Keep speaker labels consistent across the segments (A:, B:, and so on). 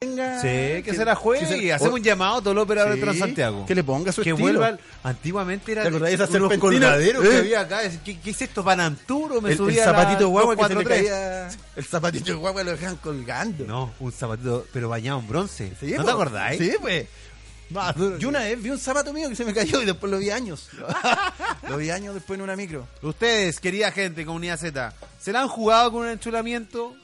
A: Venga.
B: Sí, que, se la juegue
A: que se la-
B: y hacemos
A: Oh.
B: un llamado a todos los operadores
A: Sí,
B: de Transantiago.
A: que le ponga su
B: Que
A: estilo.
B: vuelva al- Antiguamente era
A: ¿Te acordás de esas
B: unos
A: serpentinas?
B: colgaderos que
A: ¿Eh?
B: había acá. Es- ¿Qué, qué es esto? ¿Pananturo? Me
A: El, el
B: subía a la
A: zapatito de guagua que se le
B: 243.
A: caía. El zapatito de guagua lo dejan colgando.
B: No, un zapatito, pero bañado en bronce.
A: Sí,
B: ¿No
A: po.
B: te acordás?
A: Sí, pues. Yo una vez vi un zapato mío que se me cayó y después lo vi años. lo vi años después en una micro.
B: Ustedes, querida gente, comunidad Z, ¿se la han jugado con un enchulamiento?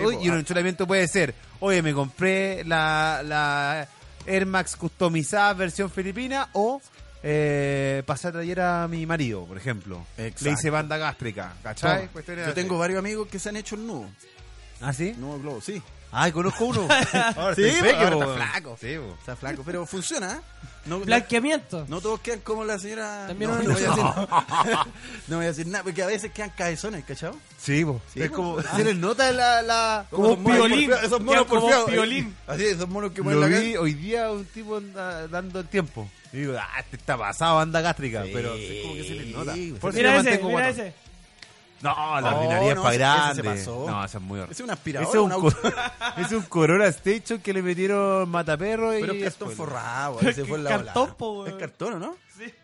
B: Hoy-
A: po,
B: y un
A: ah.
B: enchulamiento puede ser, oye, me compré la, la Air Max customizada versión filipina o eh, pasé a traer a mi marido, por ejemplo.
A: Exacto.
B: Le hice banda gástrica, ¿cachai?
A: No,
B: Cuestiones
A: Yo
B: así.
A: tengo varios amigos que se han hecho el nudo.
B: ¿Ah, sí?
A: Nudo globo, sí.
B: Ay, conozco uno. Ahora
A: Sí, po,
B: estoy peque,
A: ahora
B: po,
A: está
B: weón.
A: flaco.
B: Sí, po.
A: Está flaco, pero funciona. ¿eh? No, no-
C: Blanqueamiento.
A: no todos quedan como la señora.
C: También
A: no,
C: uno-
A: no voy a decir, no voy a decir nada, porque a veces quedan cabezones, ¿cachado?
B: Sí, po.
A: Sí,
B: es
A: po. Ah.
B: como, se les nota la... la...
C: Como un
A: Esos monos porfiados, Esos monos
C: piolín, quedan como un
A: porfiados.
C: piolín.
A: Así, esos monos que
B: Lo
A: mueven la
B: vi hoy día un tipo anda- dando el tiempo. Y digo, ah, este está pasado, banda gástrica. Pero sí, como que se les nota.
A: Sí,
B: Por eso
C: Mira
B: lo
C: ese,
B: mantengo
C: mira
B: guatón.
C: ese.
B: No, la
A: Oh,
B: ordinaria
A: no,
B: es para
A: ese- ese se
B: grande.
A: pasó.
B: no, ese es muy horrible.
A: Es una aspiradora,
B: Ese es
A: un
B: un,
A: auto.
B: cor- es un Corona Station que le metieron mataperro y...
A: Pero es cartón
B: spoiler.
A: forrado, ese
C: Es
A: fue la
C: cartón,
A: volada.
C: po,
A: Es
C: weón.
A: cartón, ¿o ¿no?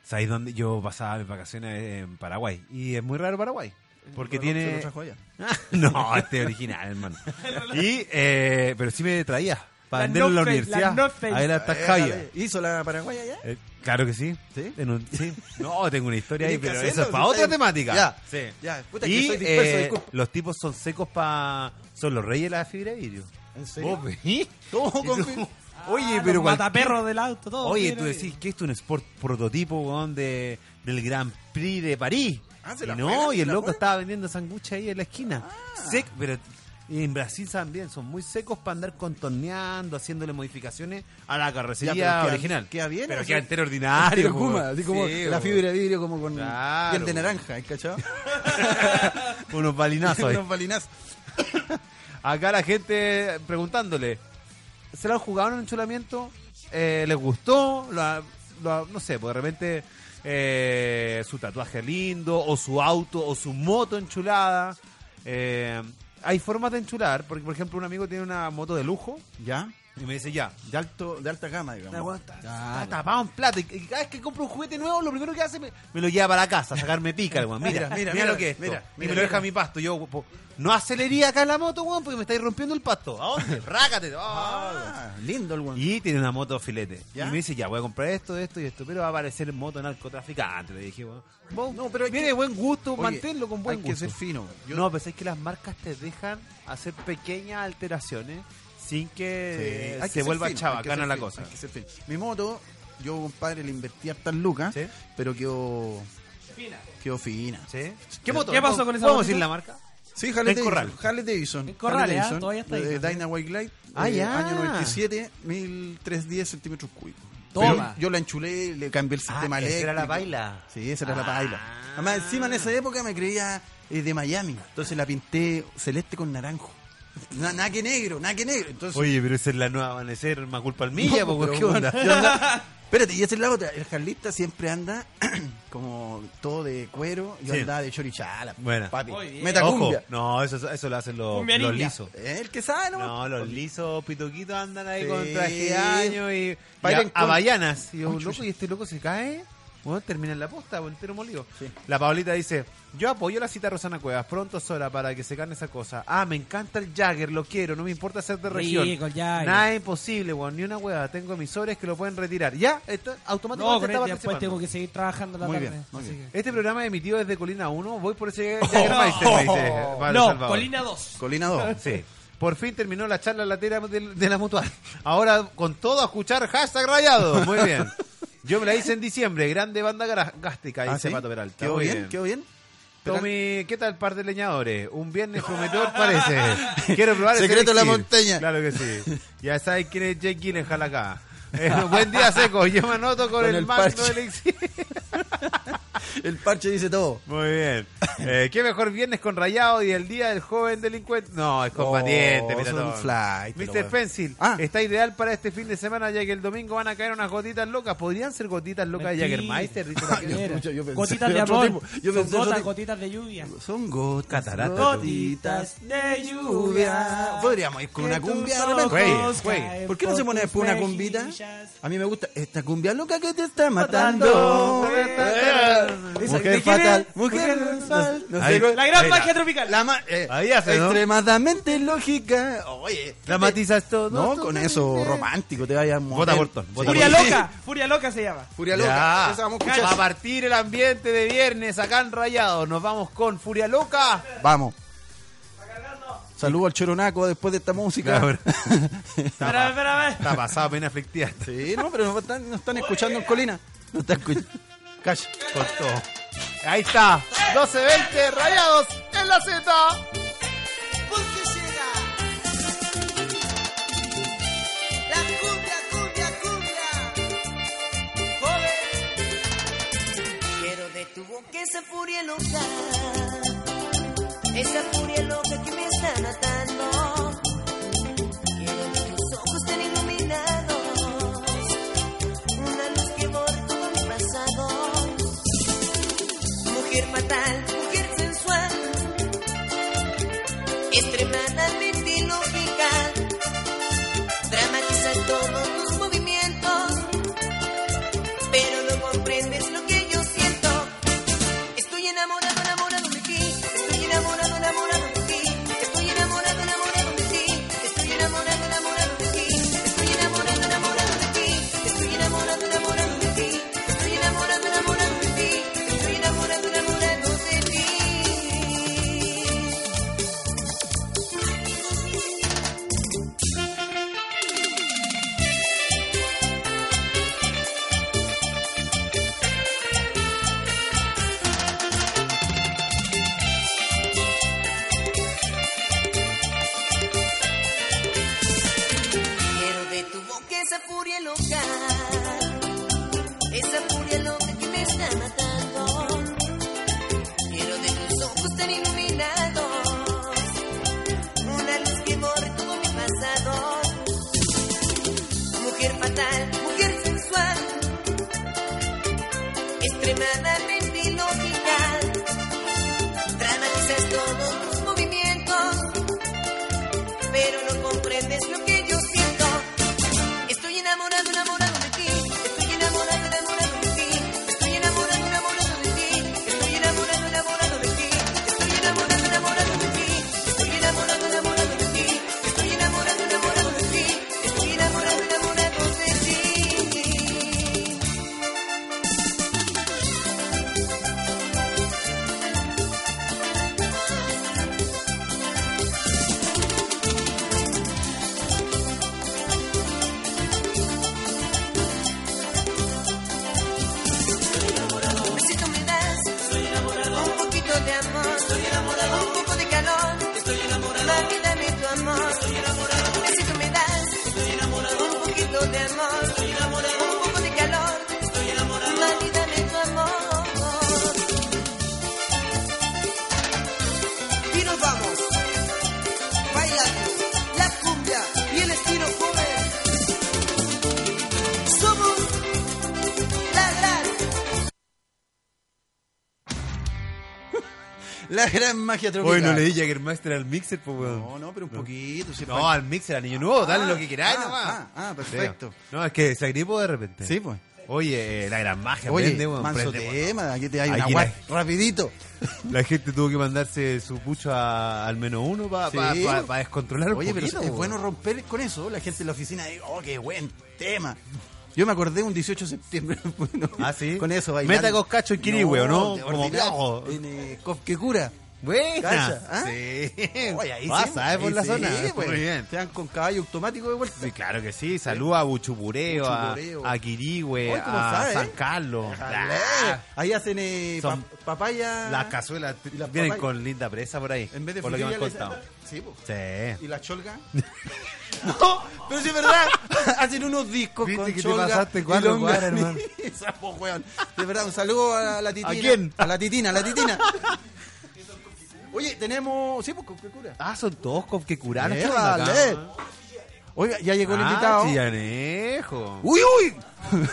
B: ¿Sabéis dónde? Yo pasaba mis vacaciones en Paraguay. Y es muy raro Paraguay. Porque
A: Reloj de
B: tiene...
A: otra joya.
B: no, este es original, hermano. y, eh, pero sí me traía. Para
C: La
B: venderlo en la
C: North Face,
B: universidad.
C: la North Face.
B: Ahí la está Javier.
A: Eh, ¿Hizo la paraguaya ya?
B: Eh, claro que sí.
A: ¿Sí?
B: En un- sí. No, tengo una historia ahí,
A: Tenés que
B: pero
A: hacerlo,
B: eso es para
A: si
B: otra
A: está-
B: temática.
A: Ya,
B: Sí.
A: ya. Puta, que
B: y
A: soy disperso,
B: eh,
A: disculpa.
B: los tipos son secos para... Son los reyes de la fibra de vidrio.
A: ¿En serio?
B: ¿Vos veís?
A: ¿Cómo con-
B: Oye,
C: Ah,
B: pero
C: los
B: cual-
C: mataperros del auto,
A: Oh,
C: todo.
B: Oye,
C: mira,
B: tú decís que esto es un sport prototipo, weón, de, del Grand Prix de París.
A: Ah, ¿se
B: Y
A: la
B: no,
A: juegan?
B: y el
A: ¿Se la
B: loco
A: juegan? Ah.
B: estaba vendiendo sanguche ahí en la esquina. Sec, pero y en Brasil también son muy secos para andar contorneando, haciéndole modificaciones a la carrocería
A: Ya, pero queda-
B: original.
A: queda bien,
B: Pero
A: así.
B: queda entero ordinario.
A: Pero
B: po, weón.
A: Ah, Kuma, así como
B: Sí,
A: la
B: po,
A: fibra de vidrio como con
B: Claro,
A: piel de
B: weón.
A: naranja, ¿cachado?
B: weón. Unos balinazos ahí.
A: Unos balinazos.
B: Acá la gente preguntándole, ¿se lo han jugado en el enchulamiento? Eh, ¿Les gustó? Lo ha- lo ha- no sé, pues de repente eh, su tatuaje lindo, o su auto, o su moto enchulada. Eh, hay formas de enchular, porque por ejemplo un amigo tiene una moto de lujo
A: ¿Ya?
B: y me dice ya.
A: De, alto, de alta gama, digamos.
B: Está tapado en plata. Y y cada vez que compro un juguete nuevo, lo primero que hace me, me lo lleva para la casa, a sacarme pica, weón. Mira,
A: Mira, mira,
B: mira, mira,
A: mira,
B: lo que es.
A: mira,
B: esto. y
A: mira,
B: me lo deja
A: mira.
B: a mi pasto. Yo, po, no acelería acá en la moto, weón, porque me estáis rompiendo el pasto. ¿A dónde? Rácate. Ah.
A: Ah, lindo el guante.
B: Y tiene una moto filete.
A: ¿Ya?
B: Y me dice, ya, voy a comprar esto, esto y esto. Pero va a aparecer moto narcotraficante. Le dije, weón. Vos,
A: No, pero hay
B: tiene
A: que-
B: buen gusto,
A: Oye,
B: manténlo con buen
A: hay que
B: gusto.
A: ser fino. Yo-
B: No, pues es que las marcas te dejan hacer pequeñas alteraciones sin
A: Sí,
B: que
A: Eh, hay
B: se
A: que ser fino,
B: vuelva
A: hay que
B: chabacana
A: ser
B: la
A: fino,
B: cosa.
A: hay que ser fino. Mi moto, yo, compadre, le invertí hartas lucas,
B: Sí.
A: pero quedó... Quedó fina.
B: ¿Sí.
A: ¿Qué
B: moto?
C: ¿Qué pasó con esa
B: ¿Podemos
C: motito?
B: decir la marca?
A: Sí, Harley
B: En Corral.
A: Davidson. Harley Davidson.
C: En Corral,
A: Harley
C: ¿eh?
A: Davidson,
C: Todavía está ahí,
A: eh,
C: ¿no?
A: Dyna White Light. eh,
B: Ah, ya.
A: Año 97, 1310 centímetros cúbicos.
C: Toma.
A: Pero yo la enchulé, le cambié el sistema
B: Ah, esa era
A: eléctrico.
B: la baila.
A: Sí, esa era la
B: Ah.
A: baila. Además, encima en esa época me creía eh, de Miami. Entonces la pinté celeste con naranjo. Na- nada que negro, nada que negro. Entonces,
B: Oye, pero esa es la nueva amanecer, más culpa al milla,
A: No,
B: po,
A: pero
B: ¿qué onda?
A: bueno, yo andaba- Espérate, y esa es la otra. El jarlista siempre anda como todo de cuero. Yo
B: Sí.
A: andaba de chorichala.
B: Buena.
A: Papi.
C: Muy bien.
A: Metacumbia.
B: Ojo, no, eso, eso lo hacen los,
C: Cumbia
B: los
C: ninja.
B: lisos.
A: Eh, El que sabe, ¿no?
B: No, los lisos pitoquitos andan ahí
A: Sí.
B: con traje de año y,
A: Bailan
B: y
A: con-
B: a- havaianas. Y yo,
A: Oh,
B: loco,
A: chucha.
B: y este loco se cae, bueno, termina en la posta, bueno, entero molido.
A: Sí.
B: La Paulita dice, yo apoyo la cita a Rosana Cuevas, pronto sola para que se gane esa cosa. Ah, me encanta el Jagger, lo quiero, no me importa ser de región.
C: Rico, el Jagger.
B: Nada es imposible, weón, ni una hueva, tengo emisores que lo pueden retirar. Ya, esto,
C: No,
B: automáticamente
C: con
B: está
C: este después
B: participando.
C: tengo que seguir trabajando la
A: Muy
C: tarde.
A: bien, muy
C: así
A: bien.
B: Este programa emitido desde Colina 1, voy por ese Jägermeister, me dice,
C: que-
B: Pablo
C: Oh, No,
B: Salvador.
C: Colina 2.
A: Colina 2.
B: Sí. Por fin terminó la charla lateral de, de la mutual. Ahora con todo a escuchar hashtag rayado. Muy bien. Yo me la hice en diciembre. Grande banda gra- gástrica.
A: Ah, ¿sí?
B: Dice Pato Peralta.
A: ¿Quedó
B: Muy
A: bien? ¿Quedó bien?
B: Tommy, ¿qué tal par de leñadores? Un viernes prometedor parece. Quiero probar ese
A: Secreto de la
B: elixir.
A: montaña.
B: Claro que sí. Ya sabes quién es Jake Gyllenhaal acá. Eh, buen día seco, yo me anoto con,
A: Con
B: el,
A: el
B: mando
A: parche.
B: del elixir.
A: El parche dice todo.
B: Muy bien. Eh, ¿Qué mejor viernes con Rayado y el día del joven delincuente? No, es combatiente.
A: Oh,
B: mira
A: son
B: todo.
A: flight,
B: Mr.
A: pero bueno.
B: Pencil,
A: Ah.
B: está ideal para este fin de semana ya que el domingo van a caer unas gotitas locas. ¿Podrían ser gotitas locas de
C: Mentira.
B: Jagermeister? Dice la gente.
C: Mira,
A: yo pensé
C: gotitas
A: en
C: de
A: otro
C: amor.
A: tipo. Yo
C: Son
A: pensé en otro
C: gotas,
A: tipo.
C: gotitas de lluvia.
A: Son gotas.
B: Cataratas.
A: Gotitas de lluvia. Podríamos ir con una
C: Que tus
A: cumbia de
C: ojos
A: repente.
B: Juegue, juegue.
C: caen
A: ¿Por qué no se pone
C: tus
A: después una cumbita?
C: mejillas.
A: A mí me gusta esta cumbia loca que te está matando.
C: Matando.
A: Esa-
B: Mujer
A: ¿de quién es?
B: fatal.
A: Mujer
C: Mujer
A: sensual. No sé
B: Ahí.
A: cuál-
C: La gran
B: Ahí
C: magia
B: la-
C: tropical.
A: La ma- eh,
B: Ahí hace, ¿no? Oh,
A: Extremadamente lógica. Oye.
B: Dramatizas todo.
A: No,
B: todo,
A: con
B: todo,
A: eso
B: todo.
A: romántico te vaya a mover.
B: Vota por Ton, vota
C: Furia
B: por
A: Sí.
C: loca. Furia loca se llama.
A: Furia
B: Ya.
A: loca. Esa vamos a
B: Va a
A: escuchar.
B: partir el ambiente de viernes acá en Rayado. Nos vamos con Furia Loca.
A: Vamos. Saludo al choronaco después de esta música.
B: Claro.
C: Espera, espera, espera.
B: Está pasado pena aflictiva.
A: Sí, no, pero no están, no están escuchando en Colina. No están escuchando.
B: Cash, con todo. Ahí está. 12-20 Rayados en la Z.
D: Porque llega la cumbia, cumbia, cumbia. Joven, quiero de tu boca esa furia loca, esa furia loca que me está matando. Quiero de tus ojos tan iluminados, una luz que borra todo mi pasado. Mujer fatal, mujer sensual extremadamente lógica. Dramatiza todos tus movimientos, pero no comprendes lo que yo siento. Estoy enamorado, enamorado de ti. Estoy enamorado, enamorado de ti. Estoy enamorado, enamorado de ti. Estoy enamorado, enamorado de ti. Estoy enamorado, enamorado de ti. Estoy enamorado, enamorado de ti. Estoy enamorado, enamorado de ti. Estoy enamorado, enamorado de ti. Quiero de tu boca esa furia loca, esa furia loca que me está matando. Quiero de tus ojos tan iluminados, una luz que borre todo mi pasado. Mujer fatal, mujer sensual, extremadamente ilógica. Dramatizas todos tus movimientos pero no comprendes lo que yo siento. Estoy enamorado, enamorado de ti. Estoy enamorado, enamorado de ti. Estoy enamorado, enamorado de ti. Estoy enamorado, enamorado de ti. Estoy enamorado, enamorado de ti. Estoy enamorado, enamorado de ti. Estoy enamorado, enamorado de ti. Estoy enamorado, enamorado de ti. Besito me das, un poquito de amor, un poco de calor, mami dame tu amor. Besito me das, un poquito de amor, un poco de calor, mami dame tu amor. Y nos vamos, bailando la cumbia y el estilo joven. Somos la gran
A: La gran magia tropical.
B: Hoy no leí Jagermeister al mixer, pues, weón.
A: No, no, pero un poquito. siempre
B: No, ah, al mixer, al niño nuevo, dale
A: Ah,
B: lo que queráis
A: ah,
B: nomás.
A: ah, ah, perfecto.
B: Sí. No, es que se agripó de repente.
A: Sí, pues.
B: Oye, eh, la gran magia,
A: Oye,
B: prende, weón,
A: manso
B: prende, weón.
A: tema, aquí te hay una
B: Aquí
A: guay. Rapidito.
B: La gente tuvo que mandarse su pucho a- al menos uno para
A: Sí.
B: descontrolar un
A: Oye, pero es
B: poquito,
A: es
B: weón.
A: bueno romper con eso. La gente en la oficina, dice, oh, qué buen tema. Yo me acordé un 18 de septiembre. bueno,
B: Ah, ¿sí?
A: Con eso
B: Meta con cacho en Quirihue, ¿o no?
A: de
B: Como oh.
A: ordinario,
B: flojo.
A: En eh, Cofquecura.
B: Buena.
A: Cacha, ¿ah?
B: Sí.
A: Oye, ahí
B: Pasa,
A: sí,
B: eh, por
A: ahí
B: la
A: sí,
B: zona.
A: pues.
B: Muy bien.
A: Te dan con caballo automático de vuelta.
B: Sí, claro que sí. Saluda a Buchupureo, a,
A: Buchupureo.
B: a Quirigüe,
A: Oye, ¿cómo
B: a
A: sabe,
B: San
A: eh?
B: Carlos.
A: Dale.
B: Ah,
A: Ahí hacen eh,
B: Son-
A: pap- papaya.
B: Las cazuelas
A: Y las
B: vienen
A: papayas.
B: con linda presa por ahí.
A: En vez de
B: por lo que me han
A: frutilla
B: contado.
A: le- Sí, pues. po.
B: Sí.
A: ¿Y la cholga? no, pero sí es verdad. Hacen unos discos
B: Viste
A: con
B: que te
A: cholga.
B: pasaste
A: y
B: cuatro
A: longaniza,
B: cuadras, hermano.
A: po, weón. De verdad, un saludo a la titina.
B: ¿A quién?
A: A la titina, a la titina. Oye, tenemos. Sí, pues con qué cura.
B: Ah, son todos con que curar.
A: Eh, dale. Oiga, ya llegó el
B: Ah,
A: invitado.
B: Chillanejo.
A: ¡Uy, uy!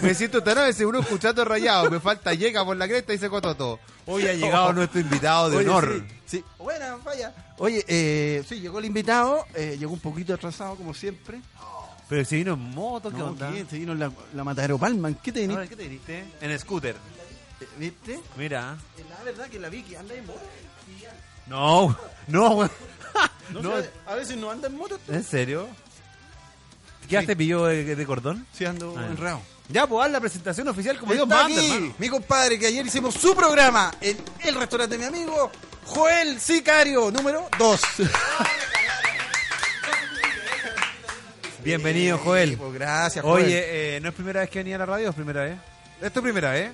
B: Me siento tan a veces uno escuchando rayado. Me falta llega por la cresta y se cototo. Hoy ha llegado nuestro invitado de
A: Oye,
B: honor.
A: Sí, sí. Buena, falla. Oye, eh, sí, llegó el invitado. eh, llegó un poquito atrasado, como siempre.
B: Pero si vino en moto, ¿qué
A: No,
B: onda?
A: ¿qué? Se vino la, la Matadero Palma. ¿En ¿Qué te viniste?
B: Ahora, ¿Qué te viniste? En scooter.
A: Eh, ¿Viste?
B: Mira.
A: La verdad que la Vicky anda en moto.
B: No, no, güey.
A: No,
B: No,
A: sé, a veces no anda en moto.
B: ¿En serio? ¿Quedaste pillo de, de cordón?
A: Sí, ando
B: Ah.
A: enrao.
B: Ya, pues haz la presentación oficial como Dios
A: Está
B: manda,
A: aquí
B: hermano.
A: mi compadre que ayer hicimos su programa en el restaurante de mi amigo Joel Sicario, número 2.
B: Bienvenido, Joel.
A: pues, gracias, Joel.
B: Oye, eh, ¿no es primera vez que venía a la radio? ¿Es primera vez? ¿Es tu primera
A: ¿eh?
B: vez?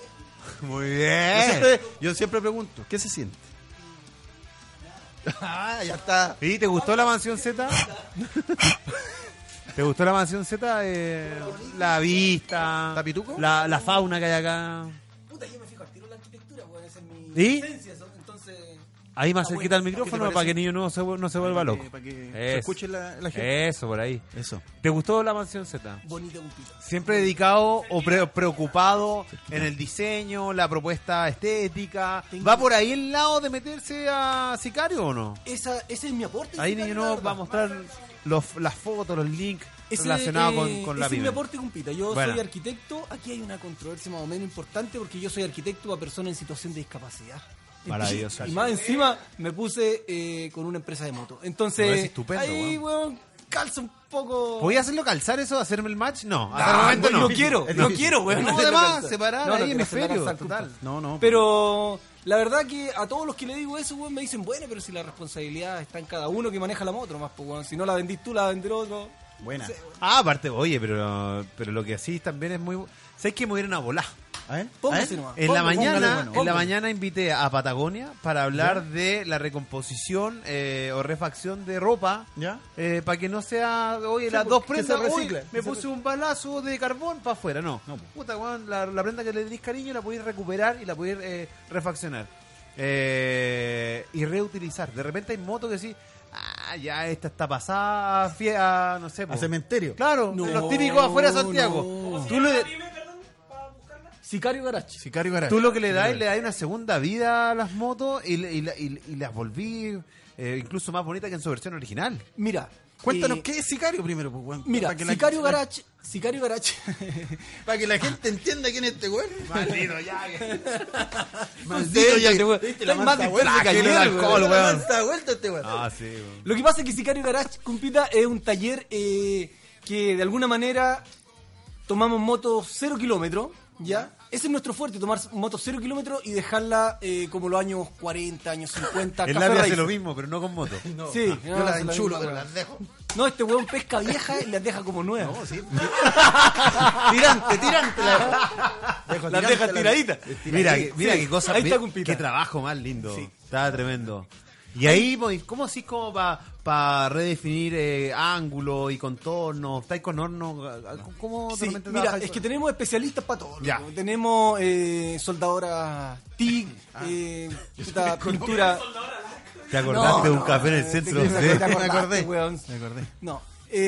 B: Muy
A: yo
B: bien.
A: siempre, yo siempre pregunto, ¿qué se siente? ah, ya está.
B: ¿Y te gustó la mansión Z? ¿Te gustó la mansión Z? Eh, la vista.
A: ¿Está pituco?
B: La, la fauna que hay acá.
E: Puta, yo me fijo al tiro en la arquitectura, weón, esa es mi
B: ¿Y?
E: esencia, so- entonces...
B: Ahí más cerquita el
A: ¿Qué Ah, te
B: micrófono
A: parece?
B: para que el niño no se, vu- no se vuelva
A: Para
B: loco.
A: que- para que se
B: Eso.
A: escuche la- la gente.
B: Eso, por ahí.
A: Eso.
B: ¿Te gustó la mansión Z?
E: Bonito culpito.
B: Siempre dedicado o pre- preocupado en el diseño, la propuesta estética. ¿Va por ahí el lado de meterse a sicario o no?
E: Esa, ese es mi aporte.
B: Ahí
E: Sicario,
B: niño
E: la
B: no
E: verdad.
B: va a mostrar los, las fotos, los links
E: Ese,
B: relacionados
E: eh,
B: con, con la
E: ese es mi
B: vida.
E: aporte, compita. Yo
B: Bueno.
E: soy arquitecto. Aquí hay una controversia más o menos importante porque yo soy arquitecto a personas en situación de discapacidad.
B: Maravilloso.
E: Y más encima me puse eh, con una empresa de moto. Entonces,
B: No, es estupendo,
E: ahí, weón, calza un poco...
B: ¿Voy a hacerlo calzar eso, hacerme el match? No, hasta
E: Ah,
B: el momento
E: no,
B: no.
E: no quiero,
B: Es
E: no
B: difícil.
E: quiero, weón.
B: No,
E: No
B: además,
E: quiero
B: separar
E: calzar. No, no
B: ahí
E: quiero hacer la
B: hemisferio,
E: calzar,
B: total.
E: compa.
A: No, no.
E: Pero la verdad que a todos los que le digo eso, weón, me dicen, bueno, pero si la responsabilidad está en cada uno que maneja la moto nomás, pues, weón. Si no la vendís tú, la vendrá otro.
A: Buena.
B: Ah, aparte, oye, pero, pero lo que así también es muy... bu- ¿Sabes que me hubieran a volar?
A: A ver,
E: Póngase
A: a ver.
E: nomás.
B: En la
E: Ah. Póngale,
B: mañana,
E: póngale,
B: en la
E: póngale.
B: mañana invité a Patagonia para hablar de la recomposición eh, o refacción de ropa. eh,
A: ¿Ya?
B: para que no sea, oye,
A: Sí,
B: las
A: pues,
B: dos
A: que
B: prendas,
A: se recicle,
B: oye, me
A: que se
B: puse un balazo de carbón para afuera, no.
A: No, pues.
B: Puta, weón, la, la prenda que le tenés cariño la podéis recuperar y la podéis eh, refaccionar. Eh, y reutilizar. De repente hay motos que sí, ah, ya esta está pasada, a fie- a, no sé.
A: A
B: po.
A: cementerio.
B: Claro,
E: No,
B: los típicos afuera de Santiago.
E: no.
B: Tú le-
E: Sicario Garachi.
A: Sicario Garaje.
B: Tú lo que le das, le das una segunda vida a las motos y, le- y la- y- y las volví eh, incluso más bonitas que en su versión original.
E: Mira.
A: Cuéntanos
E: eh,
A: qué es Sicario primero, pues, weón.
E: Mira,
A: Para que la-
E: Sicario Garachi. Sicario Garachi.
A: Para que la gente entienda quién es este weón.
B: Maldito ya.
A: Maldito ya que
E: weón.
A: Viste,
E: Estáis más
A: mansa
E: de
A: vuelta
E: flaca
A: que
E: que
A: le da
E: el alcohol,
A: La
B: weón.
A: mansa vuelta este weón.
B: Ah, sí. weón.
E: Lo que pasa es que Sicario Garage, compita, es un taller eh, que de alguna manera tomamos motos cero kilómetros, ¿ya? Ese es nuestro fuerte, tomar motos cero kilómetros y dejarla eh, como los años 40, años 50.
B: El
E: café
B: labio hace
E: raíz.
B: lo mismo, pero no con moto.
E: Sí,
A: Yo
E: no,
A: las
E: se la
A: enchulo,
E: misma,
A: pero
E: weón.
A: las dejo.
E: No, este weón pesca vieja y las deja como nuevas.
A: tirante, tirante. La dejo.
E: las
A: tirante,
E: deja
A: la-
E: tiraditas.
B: Mira, que- mira
E: Sí,
B: qué cosa.
E: ahí está,
B: mira,
E: compita.
B: qué trabajo más lindo. Estaba tremendo. Y ahí, modi- ¿cómo así como para redefinir eh, ángulo y contorno? ¿Estáis con horno? ¿Cómo
E: Sí,
B: realmente
E: mira,
B: trabajáis
E: es que
B: con-
E: tenemos especialistas para todo.
B: Ya.
E: loco. Tenemos eh, soldadoras TIC, eh, puta, pintura.
B: ¿Te acordaste de un café en el
E: eh,
B: centro?
E: te- te-
B: Sí.
E: te acordaste,
A: acordé.
E: weón.
A: Me acordé.
E: No.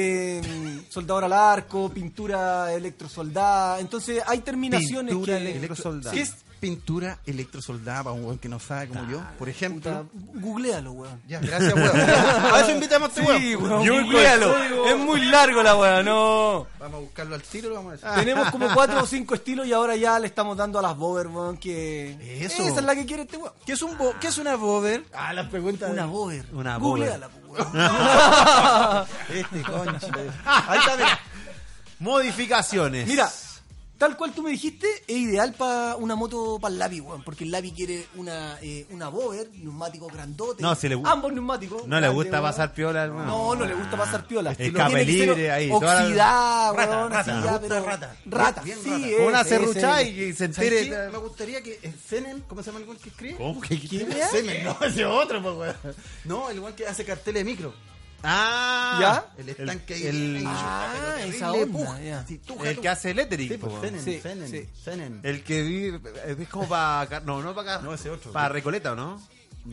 E: Eh, soldador al arco, pintura electrosoldada. Entonces hay terminaciones
B: Pintura
E: que.
B: electrosoldada.
A: ¿Qué
E: ¿Qué es?
A: es pintura electrosoldada para un weón que no sabe como yo? Por
E: Puta,
A: ejemplo.
E: googlealo, weón.
A: Ya, gracias, weón. A eso invitamos a este
E: Sí,
A: weón.
E: weón,
B: Yo busco el
E: googlealo.
B: código.
E: Es muy largo la weón, no.
A: Vamos a buscarlo al tiro y lo vamos a decir.
E: Tenemos como cuatro o cinco estilos y ahora ya le estamos dando a las bober, weón, que.
A: Eso.
E: Esa es la que quiere este weón.
A: ¿Qué es, un bo- ¿Qué es una bober? Ah, las preguntas.
E: Una bober.
B: Una
E: Googleala, weón.
A: Este concha. Ahí está, mira.
B: Modificaciones.
E: Mira, tal cual tú me dijiste, es ideal para una moto para el Lavi, weón. Porque el Lavi quiere una, eh, una Bover, neumático grandote.
B: No, si le gu-
E: Ambos neumáticos.
B: No le
E: grandes,
B: gusta
E: weón.
B: pasar piola, hermano.
E: No, no le gusta pasar piola.
B: Escape
E: Tiene que ser
B: libre ahí, toda la-
E: Oxidada,
A: Rata,
E: weón.
A: rata.
E: así ya,
A: Me gusta
E: pero-
A: rata.
E: Rata,
A: Bien
E: sí,
A: rata.
E: es,
B: Una
E: es,
B: serruchá
E: es.
B: y que se
A: ¿Sabes
B: entere.
A: qué? Me gustaría que el Zenem, ¿cómo se llama el güey que escribe?
B: ¿Cómo? ¿Qué- qué-
A: Zenem, no, ese otro, pues, weón. No, el güey que hace carteles de micro.
B: Ah,
E: ¿Ya?
A: El estanque ahí.
B: el-
A: ahí,
E: Ah,
A: chuta, pero
E: esa
A: terrible
E: onda,
A: puja,
E: ya.
A: sí, tuja,
B: El que
A: tuja.
B: hace lettering.
A: Sí,
B: po,
A: pues,
B: weón.
A: Zenem,
E: Sí,
A: Zenem,
E: sí.
A: Zenem.
B: El que vive. Es como para. No, no para acá.
A: No, ese otro.
B: Para Recoleta, ¿o ¿no?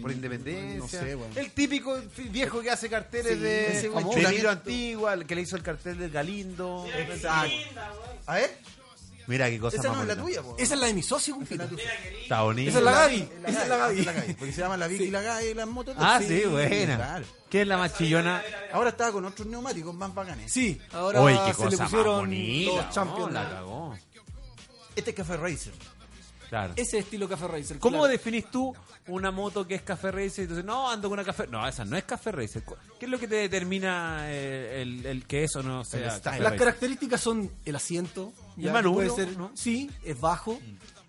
B: Por independencia.
A: no sé, weón.
B: El típico fi- viejo que hace carteles
A: Sí,
B: de.
A: ese
B: De
A: weón
B: Miro
A: chulamento.
B: Antigua, el que le hizo el cartel del Galindo.
C: Linda, weón.
A: A ver,
B: Mira qué cosa
A: esa
B: más
A: no es la
B: bonita.
A: tuya, po.
E: Esa es la de mi socio, compita.
C: Mira, qué lindo.
B: Está bonito.
E: Esa es la Gaby.
A: Es
E: Esa es la
A: Gaby,
E: Gaby.
A: es la Gaby, Porque se llama la Vicky y la Gaby las motos.
B: Ah, sí,
A: claro.
B: buena. ¿Quién es la más chillona?
A: Ahora estaba con otros neumáticos más bacanes.
E: Sí, ahora
B: Oye, qué
E: se le
B: cosa más
E: pusieron
B: bonita.
E: los
B: ¿no?
E: Champions.
B: La cagó.
A: Este es Café Racer.
B: Claro.
E: Ese estilo Café Racer.
B: ¿Cómo
E: claro.
B: definís tú una moto que es café racer? Y tú dices, no, ando con una café. No, esa no es café racer. Cu- ¿Qué es lo que te determina eh, el, el que eso no sea
A: style.
B: café
E: Las
B: racer?
E: características son el asiento,
B: Es manubrio,
E: puede ser,
B: ¿no?
E: sí, es bajo.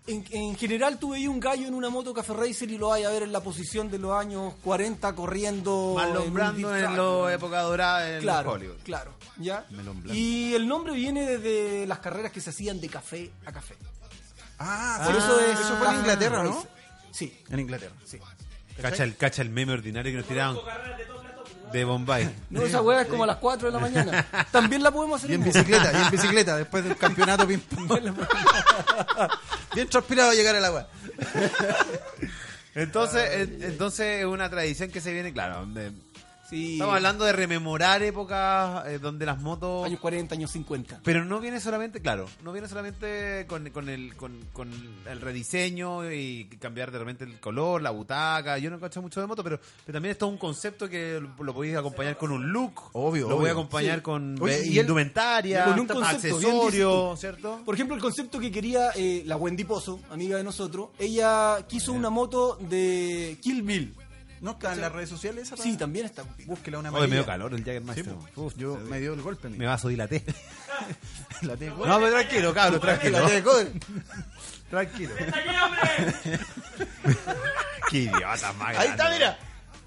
E: En, en general tú veías un gallo en una moto Café Racer y lo hay a ver en la posición de los años 40 corriendo en
B: Marlon
E: un
B: Brando
E: dirt
B: en
E: track,
B: la
E: ¿no?
B: época dorada en
E: claro,
B: Hollywood.
E: Claro, ¿ya?
B: Melón blanco.
E: Y el nombre viene desde las carreras que se hacían de café a café.
A: Ah,
E: Por
A: sí,
E: eso es
A: eso fue en
E: Café
A: Inglaterra, ¿no?
E: Racer. Sí,
A: En Inglaterra.
E: sí.
B: Cacha el, cacha el meme ordinario que nos tiraron de Bombay.
E: No, esa hueá es como a las 4 de la mañana. También la podemos hacer
A: Y en
E: moto.
A: bicicleta, y en bicicleta, después del campeonato pim pam. Bien transpirado a llegar al agua.
B: Entonces, en- entonces es una tradición que se viene, claro. donde-
E: Sí.
B: Estamos hablando de rememorar épocas eh, donde las motos...
E: Años 40, años 50.
B: Pero no viene solamente, claro, no viene solamente con, con el, con, con el rediseño y cambiar de repente el color, la butaca. Yo no cacho mucho de moto, pero, pero también es todo un concepto que lo, lo podéis acompañar con un look.
A: Obvio,
B: Lo voy
A: obvio.
B: a acompañar
E: Sí.
B: con
A: Oye,
B: ve-
A: y el-
B: indumentaria,
E: con un concepto, bien
B: accesorio,
E: distinto.
B: ¿cierto?
E: Por ejemplo, el concepto que quería eh, la Wendy Pozo, amiga de nosotros, ella quiso una moto de Kill Bill.
A: ¿No está en las redes sociales esa?
E: Sí,
A: pa-
E: también está. compita.
A: Búsquela una
B: Hoy me dio
A: amarilla.
B: calor el
A: Sí,
B: Jaggermeister.
A: po. Uf, yo me dio el golpe.
B: me
A: amigo.
B: va a subir la T.
A: La tengo.
B: No, pero tranquilo, cabrón, tranquilo.
A: La tengo.
B: Tranquilo.
C: ¡Detalle, hombre!
B: Qué idiota, más
A: Ahí está,
B: grande.
A: mira.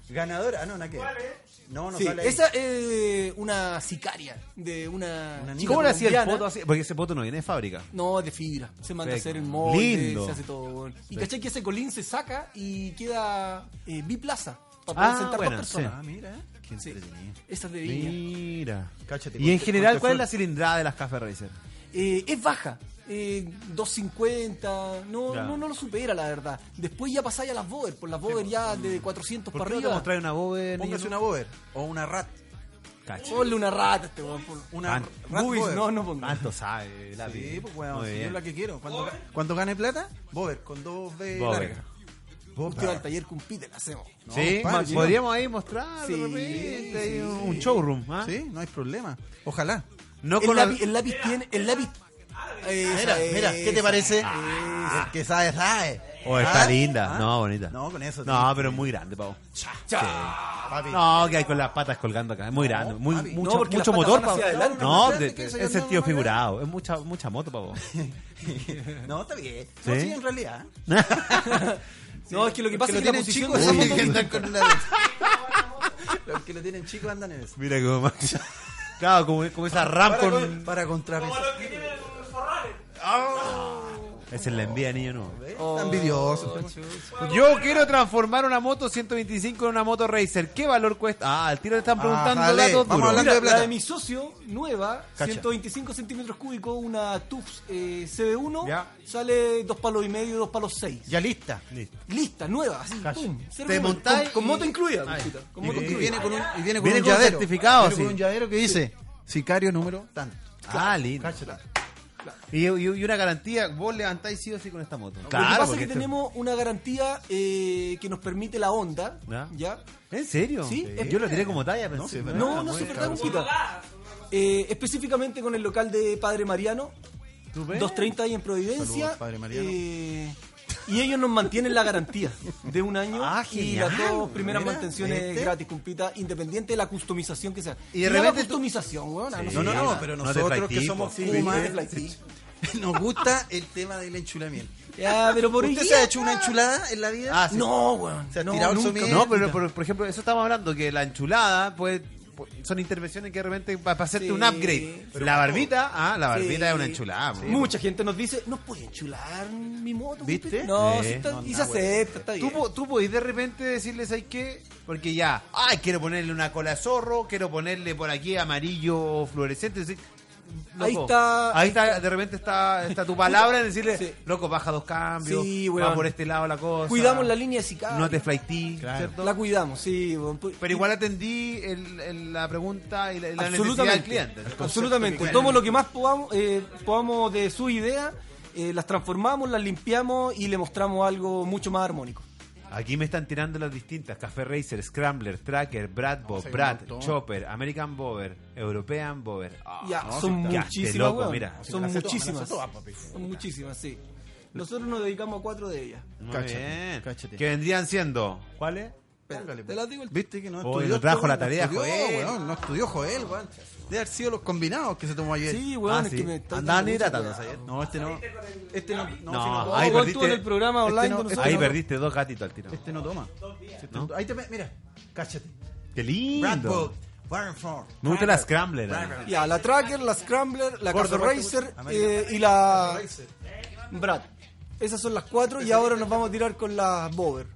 A: Ganadora. Ah, no, nada que ver.
C: ¿Cuál es?
A: No, no
E: Sí,
A: sale ahí.
E: esa es una sicaria de una.
A: Una
E: chica
B: ¿Cómo le hacía el
E: colombiana.
B: foto así? Porque ese foto no viene de fábrica.
E: No, de fibra. Se manda a
B: Perfecto.
E: hacer en molde,
B: Lindo.
E: se hace todo. bueno. Y cachai que ese colín se saca y queda eh, biplaza para poder
B: Ah,
E: sentar
B: buena,
E: dos personas.
A: Ah, mira.
B: Qué
E: Sí.
B: entretenido.
E: Esa es de viña.
B: Mira.
A: Cáchate,
B: y en
A: ponte-
B: general,
A: ponte
B: ¿cuál es
A: full.
B: la cilindrada de las Café Racer?
E: Eh, es baja. eh, 250, no,
B: Ya.
E: no, no lo supera la verdad. Después ya pasáis a las Bover, por las Bover ya de 400
B: ¿Por
E: para
B: qué no te
E: arriba.
B: mostráis una bober?
A: Póngase una bober o una rat.
B: Cacho.
E: Ponle una rata a este weón. ponle.
A: Una
B: Ant-
A: rat
E: Boobies,
A: bober.
E: no, no ponga.
B: ¿Cuánto sabe la
A: Sí,
B: vida?
A: pues weón,
B: Muy
A: si yo
B: bien.
A: la que quiero. Cuando, ga- cuando gane plata, bober con dos B
B: Bober.
A: larga.
E: Usted va al taller con Peter, la hacemos.
A: No,
B: Sí,
A: pa, si
B: podríamos ahí mostrar de
E: Sí,
B: repente, ahí
E: sí,
B: un showroom. ¿ah?
A: no. Sí, no hay problema. Ojalá.
B: No
E: el,
B: con Ah,
E: lápiz, el lápiz tiene. El lápiz. Esa,
A: Mira, mira, ¿qué te
E: esa.
A: parece? El Ah, que sabe, sabe.
B: O Ah. Oh, está
A: Ah,
B: linda.
A: ah.
B: No, bonita.
A: No, con eso.
B: No, pero es muy grande, pavo.
A: Papi.
B: No, que hay con las patas colgando acá. Es muy grande. Muy,
A: papi.
B: mucho
E: No, porque
B: mucho
E: las patas
B: motor,
E: van hacia
B: pavo.
E: adelante,
B: No,
A: más
B: de-
A: grande que eso,
B: es
A: yo no,
B: sentido
A: no,
B: figurado. Es mucha, mucha moto, pavo.
A: No, está bien. No,
B: ¿Sí?
A: sí, en realidad.
E: No, es que lo que
A: Los
E: pasa
A: que lo
E: es que la
A: tienen
E: posición
A: chico
E: de esa
A: andan
E: moto-
A: con la... Los que lo tienen chico andan en eso.
B: Mira cómo. Claro, como, como esa RAM
A: Para,
B: con.
A: con, para
C: Como
A: contrarrestar.
C: los que tienen forrales.
B: Esa es la envidia, niño, no.
A: ¿eh? Está envidioso.
B: Yo quiero transformar una moto 125 en una moto racer. ¿Qué valor cuesta? Ah, al tiro te están preguntando
A: Ajale,
B: datos
A: vamos
B: duros.
A: hablando
E: Mira,
A: de plata.
E: La de mi socio, nueva,
B: Cacha.
E: 125 centímetros cúbicos, una Tufs eh, CB1,
B: Ya.
E: sale dos palos y medio, dos palos seis.
A: Ya lista.
B: Listo.
E: Lista, nueva, así,
B: Cacha.
E: pum, cero
B: Te
E: kilómetros.
B: montás
E: con,
B: y-
E: con moto incluida.
B: Ay.
E: compita, con
A: Y,
E: moto
A: y
E: incluida.
A: viene con un, y viene con
B: Viene
A: un
B: con
A: llavero.
B: certificado,
A: Viene
B: sí.
A: con un llavero que dice sicario número tanto.
B: Ah, lindo.
A: Cáchala.
B: Y, y- y una garantía, vos levantáis sí o sí con esta moto.
E: Lo que pasa
B: porque
E: es que
B: esto-
E: tenemos una garantía eh, que nos permite la onda,
B: Ya.
E: ¿ya?
B: ¿En serio?
E: Sí, es-
B: Yo lo tiré como talla, pensé.
E: No, no se trata de un pita. Eh, específicamente con el local de Padre Mariano,
B: ¿Tú ves?
E: 230 ahí en Providencia.
A: Saludos, Padre Mariano.
E: eh, y ellos nos mantienen la garantía de un año
B: Ah,
E: y
B: genial.
E: las dos primeras
A: Mira,
E: mantenciones
A: ¿viste?
E: gratis, compita, independiente de la customización que sea.
B: Y de
E: Nada
B: repente tú-
E: customización, weón. Ah, a
B: Sí.
A: No, no, no,
B: No
A: pero
B: te
A: nosotros que
B: flaitís,
A: somos
B: po.
E: Sí,
A: Puma,
E: es la IT.
A: Nos gusta el tema del enchulamiento.
E: Ya, pero por
A: ¿Usted
E: hoy
A: se ha
E: día-
A: hecho una enchulada en la vida?
B: Ah, sí.
E: No, weón.
A: Se ha
E: no,
A: tirado el
E: nunca.
A: somier.
B: No, pero, pero, por ejemplo, eso estamos hablando, que la enchulada, pues, pues, son intervenciones que de repente para hacerte
E: Sí.
B: un upgrade.
E: Pero
B: la barbita, ah, la
E: Sí.
B: barbita es una enchulada.
E: Sí,
B: pues.
E: Mucha gente nos dice, ¿no puede enchular mi moto?
B: ¿Viste?
E: compadre?" No,
B: Sí.
E: sí está-
A: No,
E: y se
A: nada, weón.
E: acepta, está
B: ¿Tú,
E: bien.
B: po- tú podés de repente decirles, ¿hay qué? Porque ya, ay, quiero ponerle una cola de zorro, quiero ponerle por aquí amarillo fluorescente. es decir,
E: Ahí
B: loco,
E: está-
B: Ahí está, de repente está, está tu palabra en decirle,
E: Sí.
B: loco, baja dos cambios,
E: Sí,
B: va
E: weón.
B: por este lado la cosa.
E: Cuidamos la línea de sicario.
B: No te flightí, ¿cierto?
E: La cuidamos, sí. weón.
B: Pero igual atendí el- el- la pregunta y la, la necesidad del
E: absolutamente,
B: cliente.
E: absolutamente. Tomo lo que más podamos, eh, podamos de su idea, eh, las transformamos, las limpiamos y le mostramos algo mucho más armónico.
B: Aquí me están tirando las distintas: Café Racer, Scrambler, Tracker, Bradbot,
A: hay un
B: Brad,
A: montón.
B: Chopper, American Bover, European Bover. Ah,
E: ya,
B: no,
E: son
B: ya, qué
E: muchísimas,
B: loco,
E: weón.
B: mira.
E: son
A: Me las sé todas, me las
E: muchísimas.
A: sé todas, papi.
E: son muchísimas, sí. Nosotros nos dedicamos a cuatro de ellas.
B: Muy
A: Cáchate,
B: bien.
A: cáchate.
B: Que vendrían siendo. ¿Cuáles?
A: Espérale,
E: Te las digo el-
A: Viste que no
B: Oye,
A: estudió.
B: no trajo
A: este
B: la
A: weón,
B: tarea,
A: no estudió,
B: Joel.
A: weón, no estudió Joel, weón. Debe haber sido los combinados que se tomó ayer.
E: Sí, weón,
B: Ah,
E: es
B: sí.
E: que me está
B: Andaban
E: dando mucha
B: hidratándose
E: weá,
B: ayer.
E: weón.
A: No, este no. Este no. No,
B: No,
A: si no,
B: ahí
E: Oh, weón,
B: perdiste-
E: tú en el programa
A: Este
E: online
A: no-
E: con
A: este
E: nosotros.
B: Ahí
A: no-
B: perdiste dos gatitos al tiro.
A: Este no toma. Si este
B: ¿No?
A: no- Ahí te ve- mira, cáchate.
B: Qué lindo.
A: Bradbook, Warren Ford.
B: Me gusta la Scrambler. a mí.
E: Ya, la Tracker, la Scrambler, la
A: Gordo,
E: Casa
A: gordo,
E: Racer
A: gordo.
E: eh, y la Brad. Esas son las cuatro y ahora nos vamos a tirar con la Bover.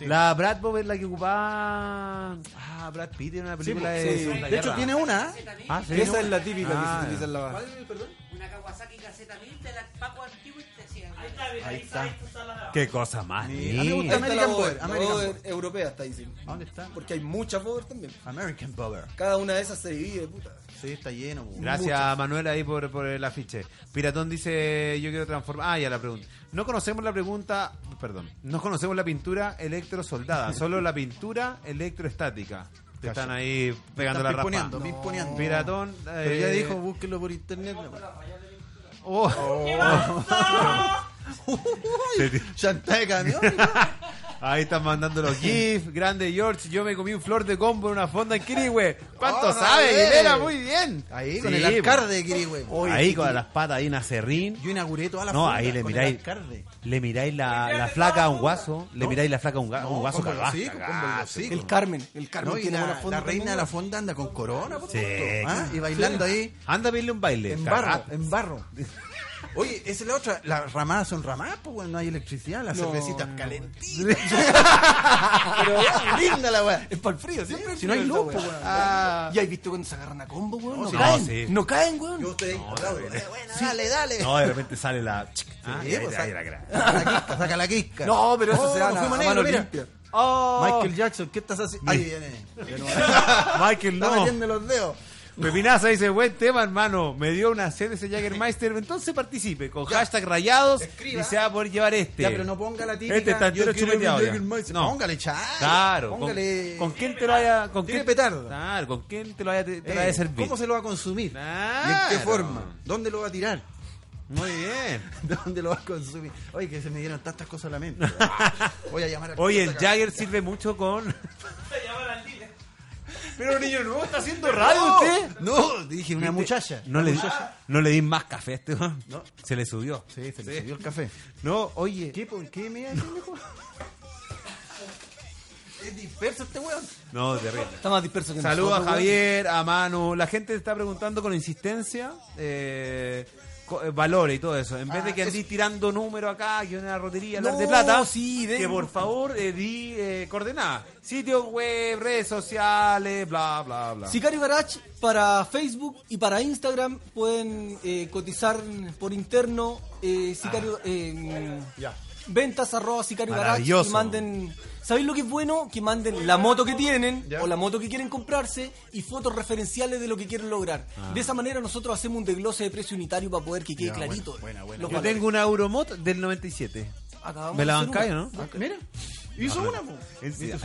B: La Brad Bob es la que ocupaba. Ah, Brad Pitt en una película
E: pues,
B: de.
E: sí.
B: Segunda
A: De hecho,
B: Guerra.
A: tiene una. ¿eh?
B: Ah, sí,
E: Esa
B: ¿no?
E: es la típica
B: Ah,
E: que se utiliza en la...
D: Una Kawasaki Gaceta 1000 de la Paco Antiguo y te hacía.
C: Ahí está, mira, ahí está. ahí está la-
B: Ah, Qué cosa más
A: a mí me
B: linda.
A: gusta-
E: Ahí está la
A: American Bover,
E: Bover, la
A: American
E: Bover europea está diciendo.
A: ¿A ¿Dónde está?
E: Porque hay muchas Bover también.
A: American Bubber.
E: Cada una de esas se divide, puta.
A: Sí, está lleno. weón.
B: Gracias Manuel ahí por, por el afiche. Piratón dice, yo quiero transformar... Ah, ya la pregunta. No conocemos la pregunta, perdón, no conocemos la pintura electrosoldada, solo la pintura electroestática. Te están ahí pegando la
A: Están
B: rapa.
A: pimponeando, pimponeando.
B: Piratón...
A: Pero
B: eh,
A: ya dijo, búsquenlo por internet.
B: oh. Se ti-
A: Chantaje de camión.
B: Ahí están mandando los GIF. Grande George, yo me comí un flor de combo en una fonda en Kirihue. ¿Cuánto
A: Oh,
B: sabe,
A: eh.
B: Aguilera? Muy bien.
A: Ahí, con
B: Sí,
E: pues.
A: el alcalde de Quirihue.
B: Oye, ahí con las patas, ahí una serrín.
A: Yo inauguré toda la
B: No,
A: fonda
B: ahí le
A: con el
B: miráis.
A: alcalde.
B: Le miráis la,
C: Mira,
B: la
C: te
B: flaca a un
C: estaba
B: guaso. Le miráis la flaca a un, gua-
A: No,
E: Ah,
B: un guaso
A: con
B: cagazo.
A: bolsico, con bolsico.
E: El Carmen, el Carmen
A: No, y
E: tiene
A: la,
E: buena fonda
A: la reina
E: también,
A: de la
E: weón.
A: fonda anda con corona, por
B: Sí.
A: supuesto, ¿ah? Y bailando ahí
B: Anda a pedirle un baile.
A: en
B: cagazo.
A: barro, en barro. Oye, esa es la otra. Las ramadas son ramadas, pues bueno, no hay electricidad, las
E: No,
A: cervecitas
E: no.
A: calentitas. Pero linda la weá.
E: Es para el frío, siempre.
A: Si no hay luz, pues, weón.
B: Ah.
E: Y hay visto cuando se agarran a combo, weón. No,
B: sí.
E: caen.
B: No, sí.
E: No caen, weón.
A: Yo estoy ahí, aplaudo, eh, bueno, dale, dale.
B: No, de repente sale la. chic, ah,
A: Sí,
B: y ahí-
A: pues,
B: ahí
A: saca-
B: la gra-
A: saca la quisca, saca la quisca.
E: No, pero eso
A: Oh,
E: se da
A: nos
E: a, a
A: fuimos negro,
E: mano
A: mira.
E: limpia.
B: Oh,
A: Michael Jackson, ¿qué estás haciendo? Ahí viene. De nuevo.
B: Michael,
A: Está
B: no.
A: metiendo los dedos.
B: Pepinaza dice: Buen tema, hermano. Me dio una sed ese Jagermeister. Entonces participe con hashtag rayados
A: Escriba.
B: y se va a poder llevar este.
A: Ya, pero no ponga la típica.
B: Este está
A: yo
B: entero
A: quiero
B: chupeteado
A: un
B: ya.
A: Jägermeister.
B: No.
A: Póngale chale.
B: Claro, con,
A: Póngale.
B: con quién te lo haya. Con
A: Tiene
B: quién,
A: petardo.
B: Claro, con quién te lo haya, te, te lo
A: Eh,
B: haya servido.
A: ¿Cómo se lo va a consumir? ¿Y en
B: Claro.
A: qué forma? ¿Dónde lo va a tirar?
B: Muy bien.
A: ¿Dónde lo va a consumir? Oye, que se me dieron tantas cosas a la mente. Voy a llamar al
B: Oye, el Jagger sirve mucho con.
C: Te llamaron al dealer.
B: Pero niño nuevo está haciendo radio usted.
A: No, dije una muchacha.
B: No le, di, no le di más café a este weón. Se le subió.
A: Sí, se le subió el café.
B: No, oye.
A: ¿Qué, por qué me hace mejor? Es disperso este weón.
B: No, terrible.
E: Está más disperso que
B: Saludos a
E: nosotros, weón.
B: Javier, a Manu. La gente está preguntando con insistencia eh, co- eh, valores y todo eso. En vez de que andís tirando números acá, que una rotería, hablar
E: No,
B: de plata,
E: sí, de-
B: que por favor eh, di eh, coordenadas. Sitios web, redes sociales, bla, bla, bla.
E: Sicario Garage para Facebook y para Instagram pueden eh, cotizar por interno eh, Sicario eh, ventas arroba Sicario Garage y
B: Maravilloso.
E: manden ¿Sabéis lo que es bueno? Que manden la moto que tienen o la moto que quieren comprarse y fotos referenciales de lo que quieren lograr. De esa manera nosotros hacemos un desglose de precio unitario para poder que quede clarito. los
B: Yo
E: valores.
B: tengo una Euromot del 97.
E: Acabamos
B: ¿Me
E: de
B: la
E: hacer
B: bancáis o
E: una.
B: no?
A: Mira, hizo una. po.
B: ¿En serio?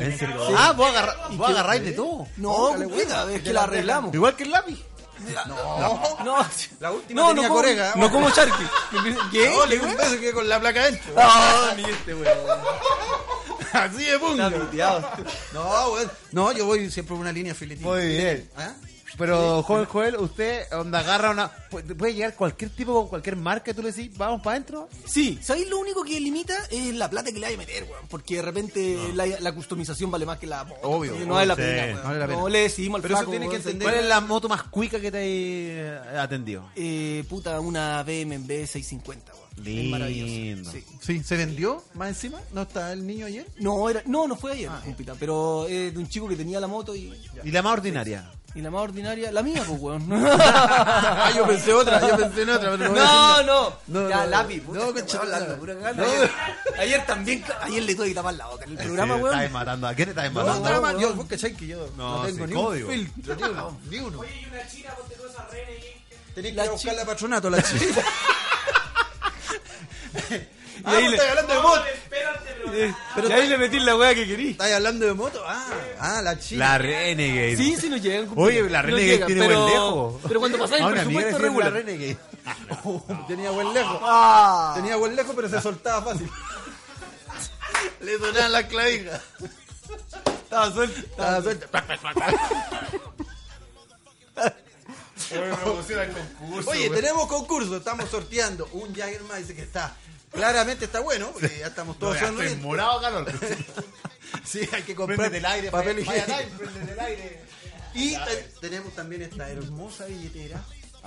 B: Ah, vos, agarra, vos agarráis de todo.
E: No, cuida, Oh, es que la arreglamos.
B: Igual que el lápiz.
A: No.
E: No,
A: La última
E: no,
A: tenía
E: no como,
A: corega.
E: no como Sharky. ¿Qué?
A: No, le di un beso que con la placa Ah, dentro.
E: No, ni este weón.
A: Así de
E: Está
A: punga.
E: muteado.
A: No, weón. No, yo voy siempre por una línea filetín.
B: bien.
A: ¿Ah?
B: Pero, Joel Joel, usted onda agarra una. pu- Puede llegar cualquier tipo con cualquier marca y tú le decís, vamos para adentro.
E: Sí, ¿sabéis lo único que limita? Es la plata que le hay a meter, weón. Porque de repente la, la customización vale más que la moto.
A: Obvio,
E: No vale la
B: sí,
E: pena,
B: no
E: weón.
B: vale la pena.
E: No le decidimos al
A: Pero eso
E: flaco,
A: tiene que
E: weón, ¿sabéis?
A: entender-
B: ¿Cuál es la moto más cuica que te hay atendido?
E: Eh, puta, una BMW 650, weón. Es
B: Lindo.
E: maravilloso, sí.
A: Sí, se vendió más encima. ¿No está el niño ayer?
E: No, era, no, no fue ayer, compita, pero es de un chico que tenía la moto y,
B: Y la más ordinaria.
E: y la más ordinaria, la mía, pues, weón.
A: Ah, yo pensé otra, yo pensé en otra. Pero
E: No, no,
A: No,
E: ya,
A: no,
E: lápiz.
A: no,
E: puta,
A: no,
E: estaba
A: concha,
E: hablando,
A: no.
E: pura cagada. Ayer, ayer también, ca- ayer le tuve que tapar la boca en el programa,
B: Sí,
E: weón.
B: estáis matando. ¿A quién estáis
A: No, no,
B: matando?
A: no,
E: no,
A: yo,
E: no.
A: vos cachai que yo
B: No,
A: no,
B: sí,
A: tengo ni
B: código.
A: un filtro, ni uno, ni uno.
C: Oye, y una china, ponte tú esa rene ahí.
A: Tenés que
E: La
A: ir a buscar
E: chica.
A: la patronato, la chica.
E: Y ahí le-
A: hablando de
C: No,
A: moto.
C: espérate, pero.
E: y ahí le metí la weá que querí.
A: ¿Estás hablando de moto? Ah, ah la chica.
B: La Renegade.
E: Sí, sí nos llegan.
B: Oye,
E: compadre.
B: la
E: Nos
B: Renegade
E: llegan,
B: tiene
E: pero-
B: buen lejo.
E: Pero cuando pasáis
B: Ah,
E: el
B: una amiga
E: presupuesto
B: decía
E: regular.
B: la Renegade.
A: Oh, tenía buen lejos.
E: Ah,
A: Tenía buen lejos, pero se soltaba fácil. Le sonaban las clavijas.
E: estaba suelta.
A: Estaba suelta. Oye, tenemos concurso. Estamos sorteando un Jaggerman. Dice que está. Claramente está bueno, porque ya estamos todos sonriendo.
B: morado calor.
A: Sí, hay que comprar
B: Préndete el aire,
A: papel
B: vaya
A: higiénico.
B: live, préndete el aire.
A: Y te- tenemos también esta hermosa billetera,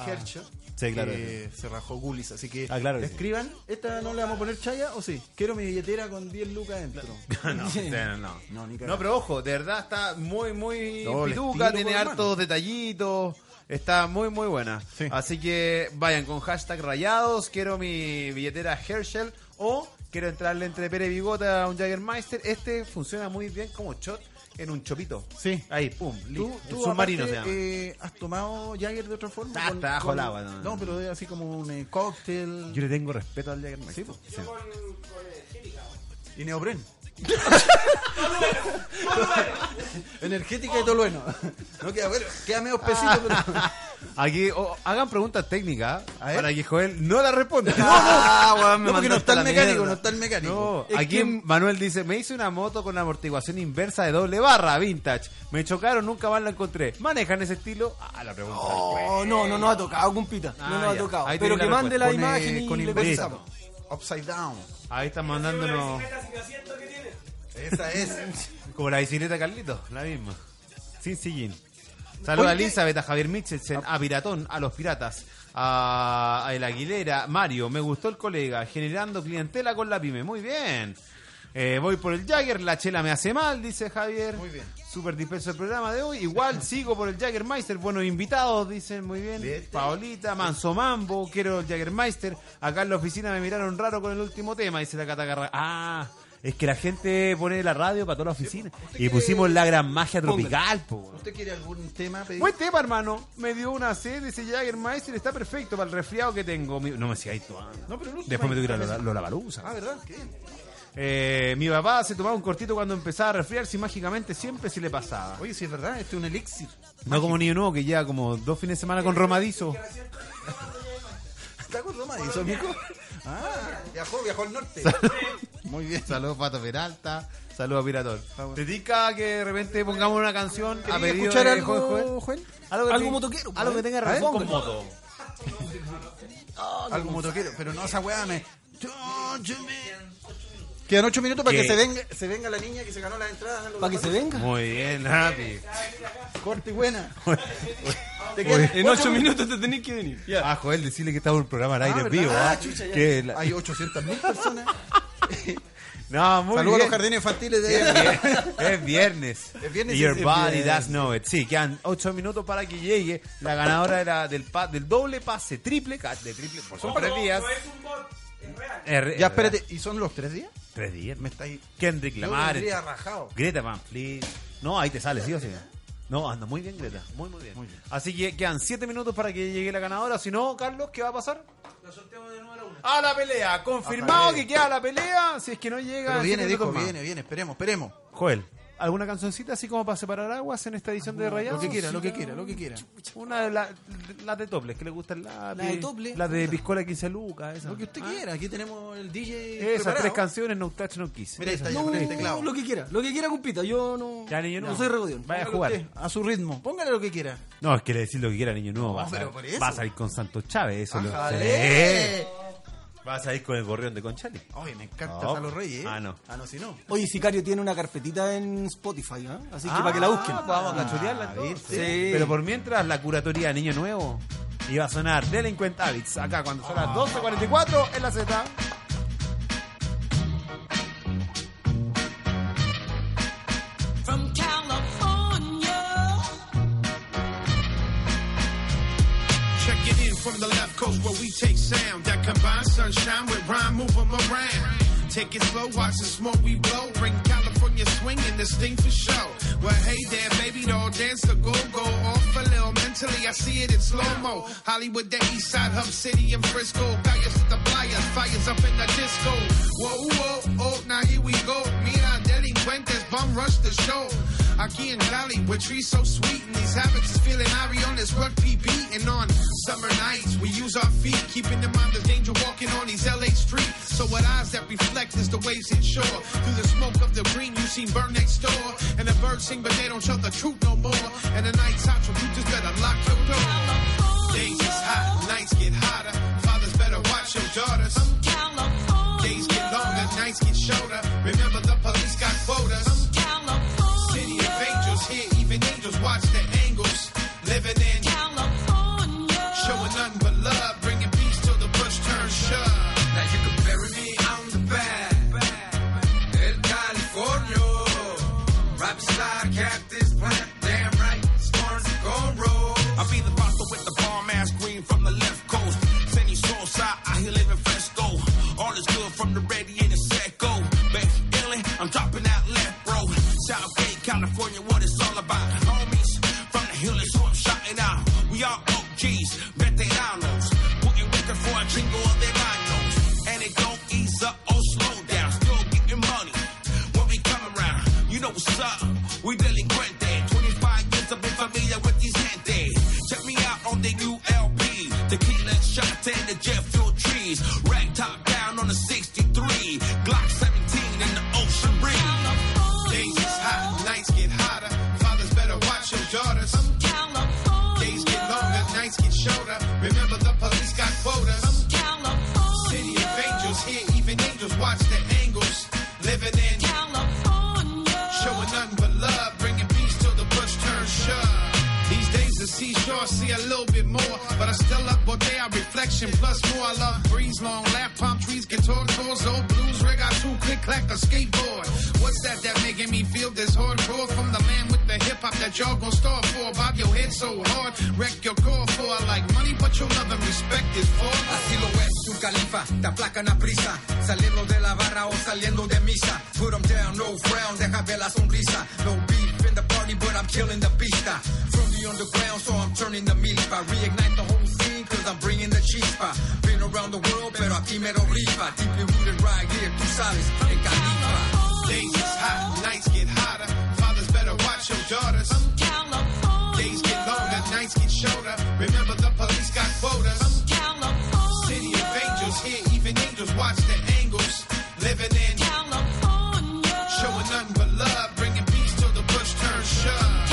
A: Herschel,
B: Ah. Sí, claro.
A: que se rajó Gulis. Así que
B: Ah, claro que sí.
A: escriban, ¿esta no le vamos a poner chaya o sí? Quiero mi billetera con 10 lucas dentro.
B: no, usted no, no.
A: No, ni cagando.
B: No, pero ojo, de verdad está muy, muy
A: No, les
B: pituca,
A: tiro,
B: tiene
A: por
B: hartos
A: hermano.
B: detallitos. Está muy, muy buena.
A: Sí.
B: Así que vayan con hashtag rayados, quiero mi billetera Herschel o quiero entrarle entre Pere y Bigota a un Jaggermeister. Este funciona muy bien como shot en un chopito.
A: Sí.
B: Ahí, pum, listo.
A: tú,
B: Un submarino
A: aparte,
B: se llama.
A: eh, ¿Has tomado Jagger de otra forma?
B: Ah, está bajo el agua, no, no,
A: No,
B: no.
A: pero es así como un eh, cóctel.
B: Yo le tengo respeto al Jaggermeister. Sí.
A: Y neopren. Energética y tolueno. No queda bueno, queda medio espesito, pero.
B: Aquí o- hagan preguntas técnicas
A: A ver.
B: para que Joel no la responda.
E: Ah, weón, me
A: No, porque no
E: mandaste
A: está
E: a
A: el
E: la
A: mecánico,
E: mierda.
A: no está el mecánico.
B: No,
E: Es
B: aquí
E: que-
B: Manuel dice, me hice una moto con amortiguación inversa de doble barra, vintage. Me chocaron, nunca más la encontré. ¿Manejan ese estilo? Ah, la pregunta.
E: Oh, no, no nos ha tocado, compita.
B: Ah,
E: no nos
B: ya.
E: ha tocado.
B: Ahí
E: Pero
B: tenés
E: que
B: la
E: mande la
A: Con, eh,
E: imagen y
A: con
E: le
A: inversa.
E: contestamos.
A: Upside down.
B: Ahí están
C: Una
B: mandándonos
C: bicicleta sin asiento que tiene.
A: Esa es.
B: como la bicicleta de Carlito, la misma. Sin sillín. Saludos a
A: Oye,
B: Elizabeth, a Javier Michelsen,
A: Ah.
B: a Piratón, a los piratas, a, a El Aguilera, Mario, me gustó el colega, generando clientela con la pyme. Muy bien. Eh, voy por el Jagger, la chela me hace mal, dice Javier.
A: Muy bien.
B: Súper disperso el programa de hoy. Igual sigo por el Jaggermeister. Buenos invitados, dicen muy bien.
A: ¿Viste?
B: Paolita, Manso Mambo, quiero el Jaggermeister. Acá en la oficina me miraron raro con el último tema, dice la Catacarra. Ah, es que la gente pone la radio para toda la oficina. Y pusimos la gran magia tropical, po. weón.
A: ¿Usted quiere algún tema? pedir?
B: Buen tema, hermano. Me dio una sed, dice Jaggermeister. Está perfecto para el resfriado que tengo. Mi- No me sigáis tú. ah.
A: No, pero el último
B: Después me
A: ahí
B: tengo que ir a
A: está
B: Lola,
A: la-
B: Lola Palusa.
A: Ah, ¿verdad? Qué bien.
B: Eh, mi papá se tomaba un cortito cuando empezaba a resfriarse y mágicamente siempre se le pasaba.
A: Oye, si es verdad, este es un elixir.
B: No como niño nuevo que lleva como dos fines de semana con romadizo.
A: ¿Está con Roma eso, amigo? Ah, viajó, viajó al norte.
B: Muy bien, saludos Pato Peralta, saludos Piratón. ¿Te dedica que de repente pongamos una canción a
A: ¿Quería
B: pedido
A: escuchar
B: de
A: algo,
B: Joel Joel?
A: Joel?
B: Algo,
E: Algo
B: te-
E: motoquero,
B: Algo que
E: pues.
B: tenga
A: A ver,
B: razón con
A: con
B: moto.
A: Algo motoquero, pero no, esa weá me... Quedan ocho minutos para
B: ¿Qué?
A: que se venga, se venga la niña que se ganó las entradas. en los
E: Para que se
A: zapatos.
E: venga.
B: Muy bien, Happy.
A: Corta y buena. Te quedan
E: En ocho minutos te tenés que venir. Ya.
B: Ah, Joel, decirle que estaba en un programa al
A: Ah,
B: aire
A: ¿verdad?
B: vivo.
A: Ah,
B: ¿ah?
A: chucha, ya.
B: Que la-
A: Hay 800 mil personas.
B: No,
A: Saludos
B: muy
A: a los
B: bien.
A: jardines infantiles de allá.
B: Es viernes.
A: Es viernes y
B: Your
A: es
B: body
A: viernes.
B: does know it. Sí, quedan 8 minutos para que llegue la ganadora de la- del, pa- del doble pase, triple, ca- de triple, por son
C: No,
B: tres
C: no,
B: días.
C: No es un bot, es real.
B: Er-
A: Ya, espérate, ¿y son los tres días?
B: Tres días.
A: Me estáis...
B: Kendrick
A: Yo
B: Lamar.
A: vendría rajado.
B: Greta Van Fleet. No, ahí te sale, sí o sí. No, anda muy bien Greta, muy muy bien. Así que quedan 7 minutos para que llegue la ganadora, si no, Carlos, ¿qué va a pasar? A la pelea, confirmado
A: Hasta ahí.
B: que queda la pelea, si es que no llega.
A: Pero
B: en
A: viene,
B: siete minutos
A: dijo,
B: más.
A: viene, viene, esperemos, esperemos.
B: Joel, alguna cancioncita así como para separar aguas en esta edición de Rayados?
A: Lo que quiera, lo que quiera, lo que quiera.
B: Una de las las de Toples, que le gustan las
E: La de Toples.
B: Las de Piscola 15 Lucas, esas.
A: Lo que usted quiera. Aquí tenemos el DJ.
B: Ah. Esas
A: preparado.
B: tres canciones, No Touch, No Kiss.
A: Mira, ahí está ya
E: No,
A: con este el teclado.
E: lo que quiera, lo que quiera, compita. Yo no,
B: Ya, niño,
E: no soy regodión.
B: Vaya a
A: Póngale
B: jugar.
A: usted, A su ritmo. Póngale lo que quiera.
B: No, es que le decís lo que quiera, niño nuevo. va, a
A: pero
B: salir-
A: por eso.
B: va a salir con Santos Chávez, eso lo
A: ¡Ájale!
B: Ah, Sí. Va a salir con el gorrión de Conchali.
A: Oye, me encanta
B: No.
A: a los reyes. ¿eh?
B: Ah, no.
A: Ah, no, si no.
E: Oye, Sicario tiene una carpetita en Spotify, ¿ah? Así que para que la busquen.
B: vamos a cachotearla
A: Ah,
B: entonces.
E: ¿viste? Sí.
B: Pero por mientras, la curatoría de Niño Nuevo iba a sonar Delinquent Habits acá cuando son
A: Ah.
B: las 12.44 en la Z.
D: From California.
F: Check it in from the left coast where we take sound that combines sunshine with rhyme, move 'em around. Take it slow, watch the smoke we blow. Bring California swing and this thing for show. Well, hey there, baby, don't dance the go go off a little. Mentally, I see it in slow mo. Hollywood, the East Side, Hub City, and Frisco. Guys at the players, fires up in the disco. Whoa, whoa, oh, now here we go. Mira, delincuentes, bum rush the show. Aquí en Cali, we're trees so sweet, and these habits is feeling irie on this rugby beat. And on summer nights, we use our feet, keeping in mind there's danger walking on these LA streets. So what eyes that reflect is the waves in shore. Through the smoke of the green, you seen burn next door. And the birds sing, but they don't tell the truth no more. And the night's out, so you just better lock your door. Days is hot, nights get hotter. Fathers better watch your daughters.
D: California.
F: Days get longer, nights get shorter. Remember the police got quotas.
D: California.
F: City of angels here, even angels watch the angles. Living in,
D: California.
F: showing nothing but love, bringing peace till the bush turns shove. Now you can bury me, I'm the bad. El Californio, rap slide, cactus plant, damn right, scorns gon' roll. I be the pasta with the bomb ass green from the left coast. Sandy soul side, I hear living fresco. All is good from the ready and the set go. Back Italy, I'm dropping out left, bro. Southgate, California, what it's all about. Homies from the hill, so I'm shouting out. We all OGs, veteranos. Putting record for a jingle on their rhinos. And it don't ease up or slow down. Still getting money when we come around. You know what's up, we delinquente. 25 years I've been familiar with these gente. Check me out on the new LP. Tequila shot and the jet fuel trees. Rack top down on the 63. Glock 17 in the ocean breeze. Days is hot, nights get hotter. Fathers better watch your daughters.
D: California.
F: Days get longer, nights get shorter. Remember the police got quotas.
D: California.
F: City of angels here, even angels watch the angles. Living in,
D: California.
F: showing nothing but love, bringing peace till the bush turns shove. These days the seashore see a little bit more, but I still up Bodea reflection plus more. I love breeze, long laugh, palm trees, guitar tours, old blues, two click clack, a skateboard. What's that that making me feel this hardcore from the land with the hip hop that y'all gon' start for? Bob your head so hard, wreck your core for. I like money, but your love and respect is for.
G: Así lo es, tu califa, te aplacan a prisa. Saliendo de la barra o saliendo de misa. Put 'em down, no frown, deja ver la sonrisa. No beef in the party, but I'm killing the pista. From the underground, so I'm turning the milpa. Reignite the whole scene, cause I'm bringing the chispa. Been around the world, pero aquí me lo rifa. Deeply rooted right here, tú sabes, en califa.
F: Days is hot, nights get hotter. Fathers better watch your daughters. Days get longer, nights get shorter. Remember the police got quotas. City of angels here, even angels watch the angles. Living in, showing nothing but love, bringing peace till the bush turns shove.
D: From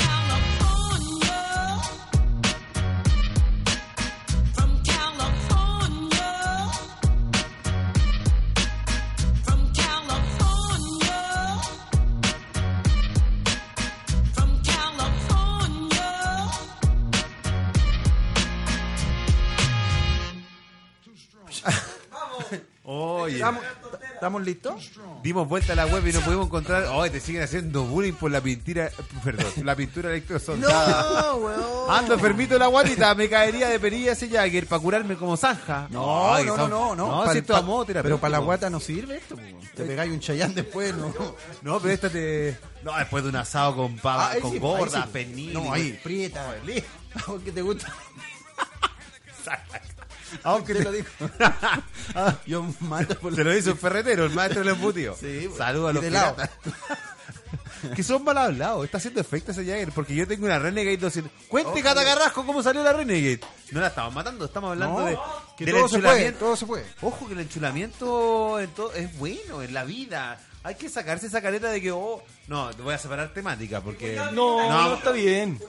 D: California. From California. From California.
B: Oye,
A: ¿Estamos, ¿estamos listos?
B: dimos vuelta a la web y no pudimos encontrar. Oye, te siguen haciendo bullying por la pintura. Perdón, la pintura electrosonda.
A: weón.
B: Ando enfermito de la guatita, me caería de perillas y Jagger para curarme como zanja.
A: No,
B: Ay,
A: no, no,
B: son-
A: no, no.
B: No,
A: Pa'l-
B: si esto
A: pa-
B: es amor
A: Pero para la
B: terapéutico.
A: guata no sirve esto, weón. Te pegáis un chayán después, no.
B: No, pero esta te. No, después de un asado con pava,
A: Ah, ahí
B: con
A: sí,
B: gorda,
A: ahí sí.
B: pernil.
A: No, ahí, prieta. ¿A vos que te gusta?
B: Aunque
A: Te
B: te
A: lo digo. Yo mato por
B: Te lo hizo el ferretero, el maestro del embutido.
A: Sí,
B: Saludos a
A: y
B: los
A: de lado.
B: piratas. que son mal hablados. Está haciendo efecto ese Jagger, porque yo tengo una Renegade 200. Cuente, Cata Carrasco, cómo salió la Renegade. No la estamos matando, estamos hablando
A: No,
B: de.
A: que
B: del
A: todo se puede,
B: enchulamiento.
A: todo se puede.
B: Ojo que el enchulamiento en todo- es bueno en la vida. Hay que sacarse esa careta de que, oh, no, te voy a separar temática porque.
E: No, no, está bien.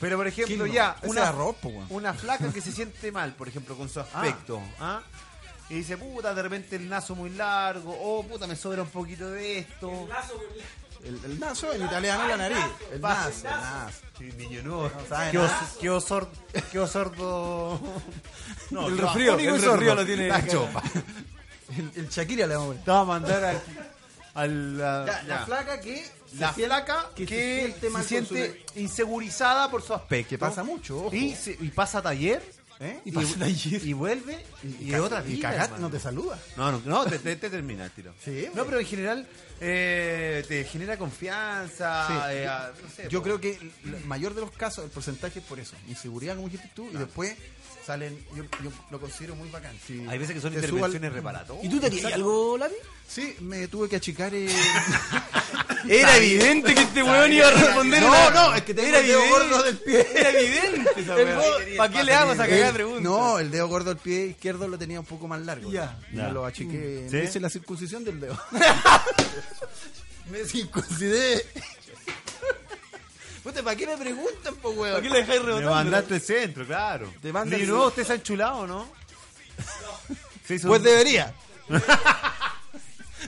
B: Pero por ejemplo,
A: ¿Qué no?
B: ya,
A: Ese
B: una,
A: arroz, po, weón.
B: una flaca que se siente mal, por ejemplo, con su aspecto. ¿ah? Y dice, puta, de repente el nazo muy largo. Oh, puta, me sobra un poquito de esto.
H: Lazo, güey.
A: El, el naso, en italiano la nariz. El naso, el naso.
B: Sí, niño nuevo.
A: sabe
B: Qué os-
A: nada.
B: qué osor- qué osordo. No,
E: El
B: qué
E: resfrío,
B: bajón y
E: el
B: osordo.
E: resfrío lo tiene.
B: La chopa.
A: El, el Shakira le vamos a poner.
B: Te vamos a mandar al. al- a-
A: Ya, La
B: ya.
A: flaca que.
B: La flaca que,
A: que se siente
B: se
A: mal con su
B: siente insegurizada por su aspecto.
A: Que pasa mucho, ojo.
B: Y, se- y pasa a taller.
A: ¿Eh?
B: Y,
A: Y pasa taller.
B: y vuelve. Y, y
A: ca-
B: otra
A: y
B: vida,
A: cagar,
B: hermano.
A: no te saluda.
B: No, no, no, te, te- te termina el tiro.
A: Sí,
B: no,
A: güey.
B: pero en general eh, te genera confianza.
A: Sí.
B: eh, ah, no sé,
A: Yo
B: po.
A: creo que el mayor de los casos, el porcentaje es por eso. Inseguridad, como dijiste tú, y después salen. Yo, yo lo considero muy bacán. Si
B: Hay veces que son
A: te subo al-
B: intervenciones reparatorias.
E: ¿Y tú te harías algo, Lati?
A: Sí, me tuve que achicar. eh.
E: Era evidente que este weón iba a responder
A: no,
E: una-
A: no, es que tengo
E: Era
A: el dedo
E: evidente.
A: gordo del pie.
E: Era evidente esa
A: El
E: weá.
A: gordo-
E: ¿Para qué le hago esa cagada de
A: El-
E: pregunta?
A: No, el dedo gordo del pie izquierdo lo tenía un poco más largo.
E: Ya.
A: Y me lo achiqué.
B: ¿Sí?
A: Me hice la circuncisión del dedo. me circuncidé. Puta, ¿para qué me preguntan, po, weón?
E: ¿Para qué le dejáis
B: Me
E: rebotando?
B: mandaste el centro, claro.
A: Te mandan
B: Ni
A: el-
B: nuevo usted se ha enchulado, ¿no? Se hizo
A: Pues
B: un-
A: debería.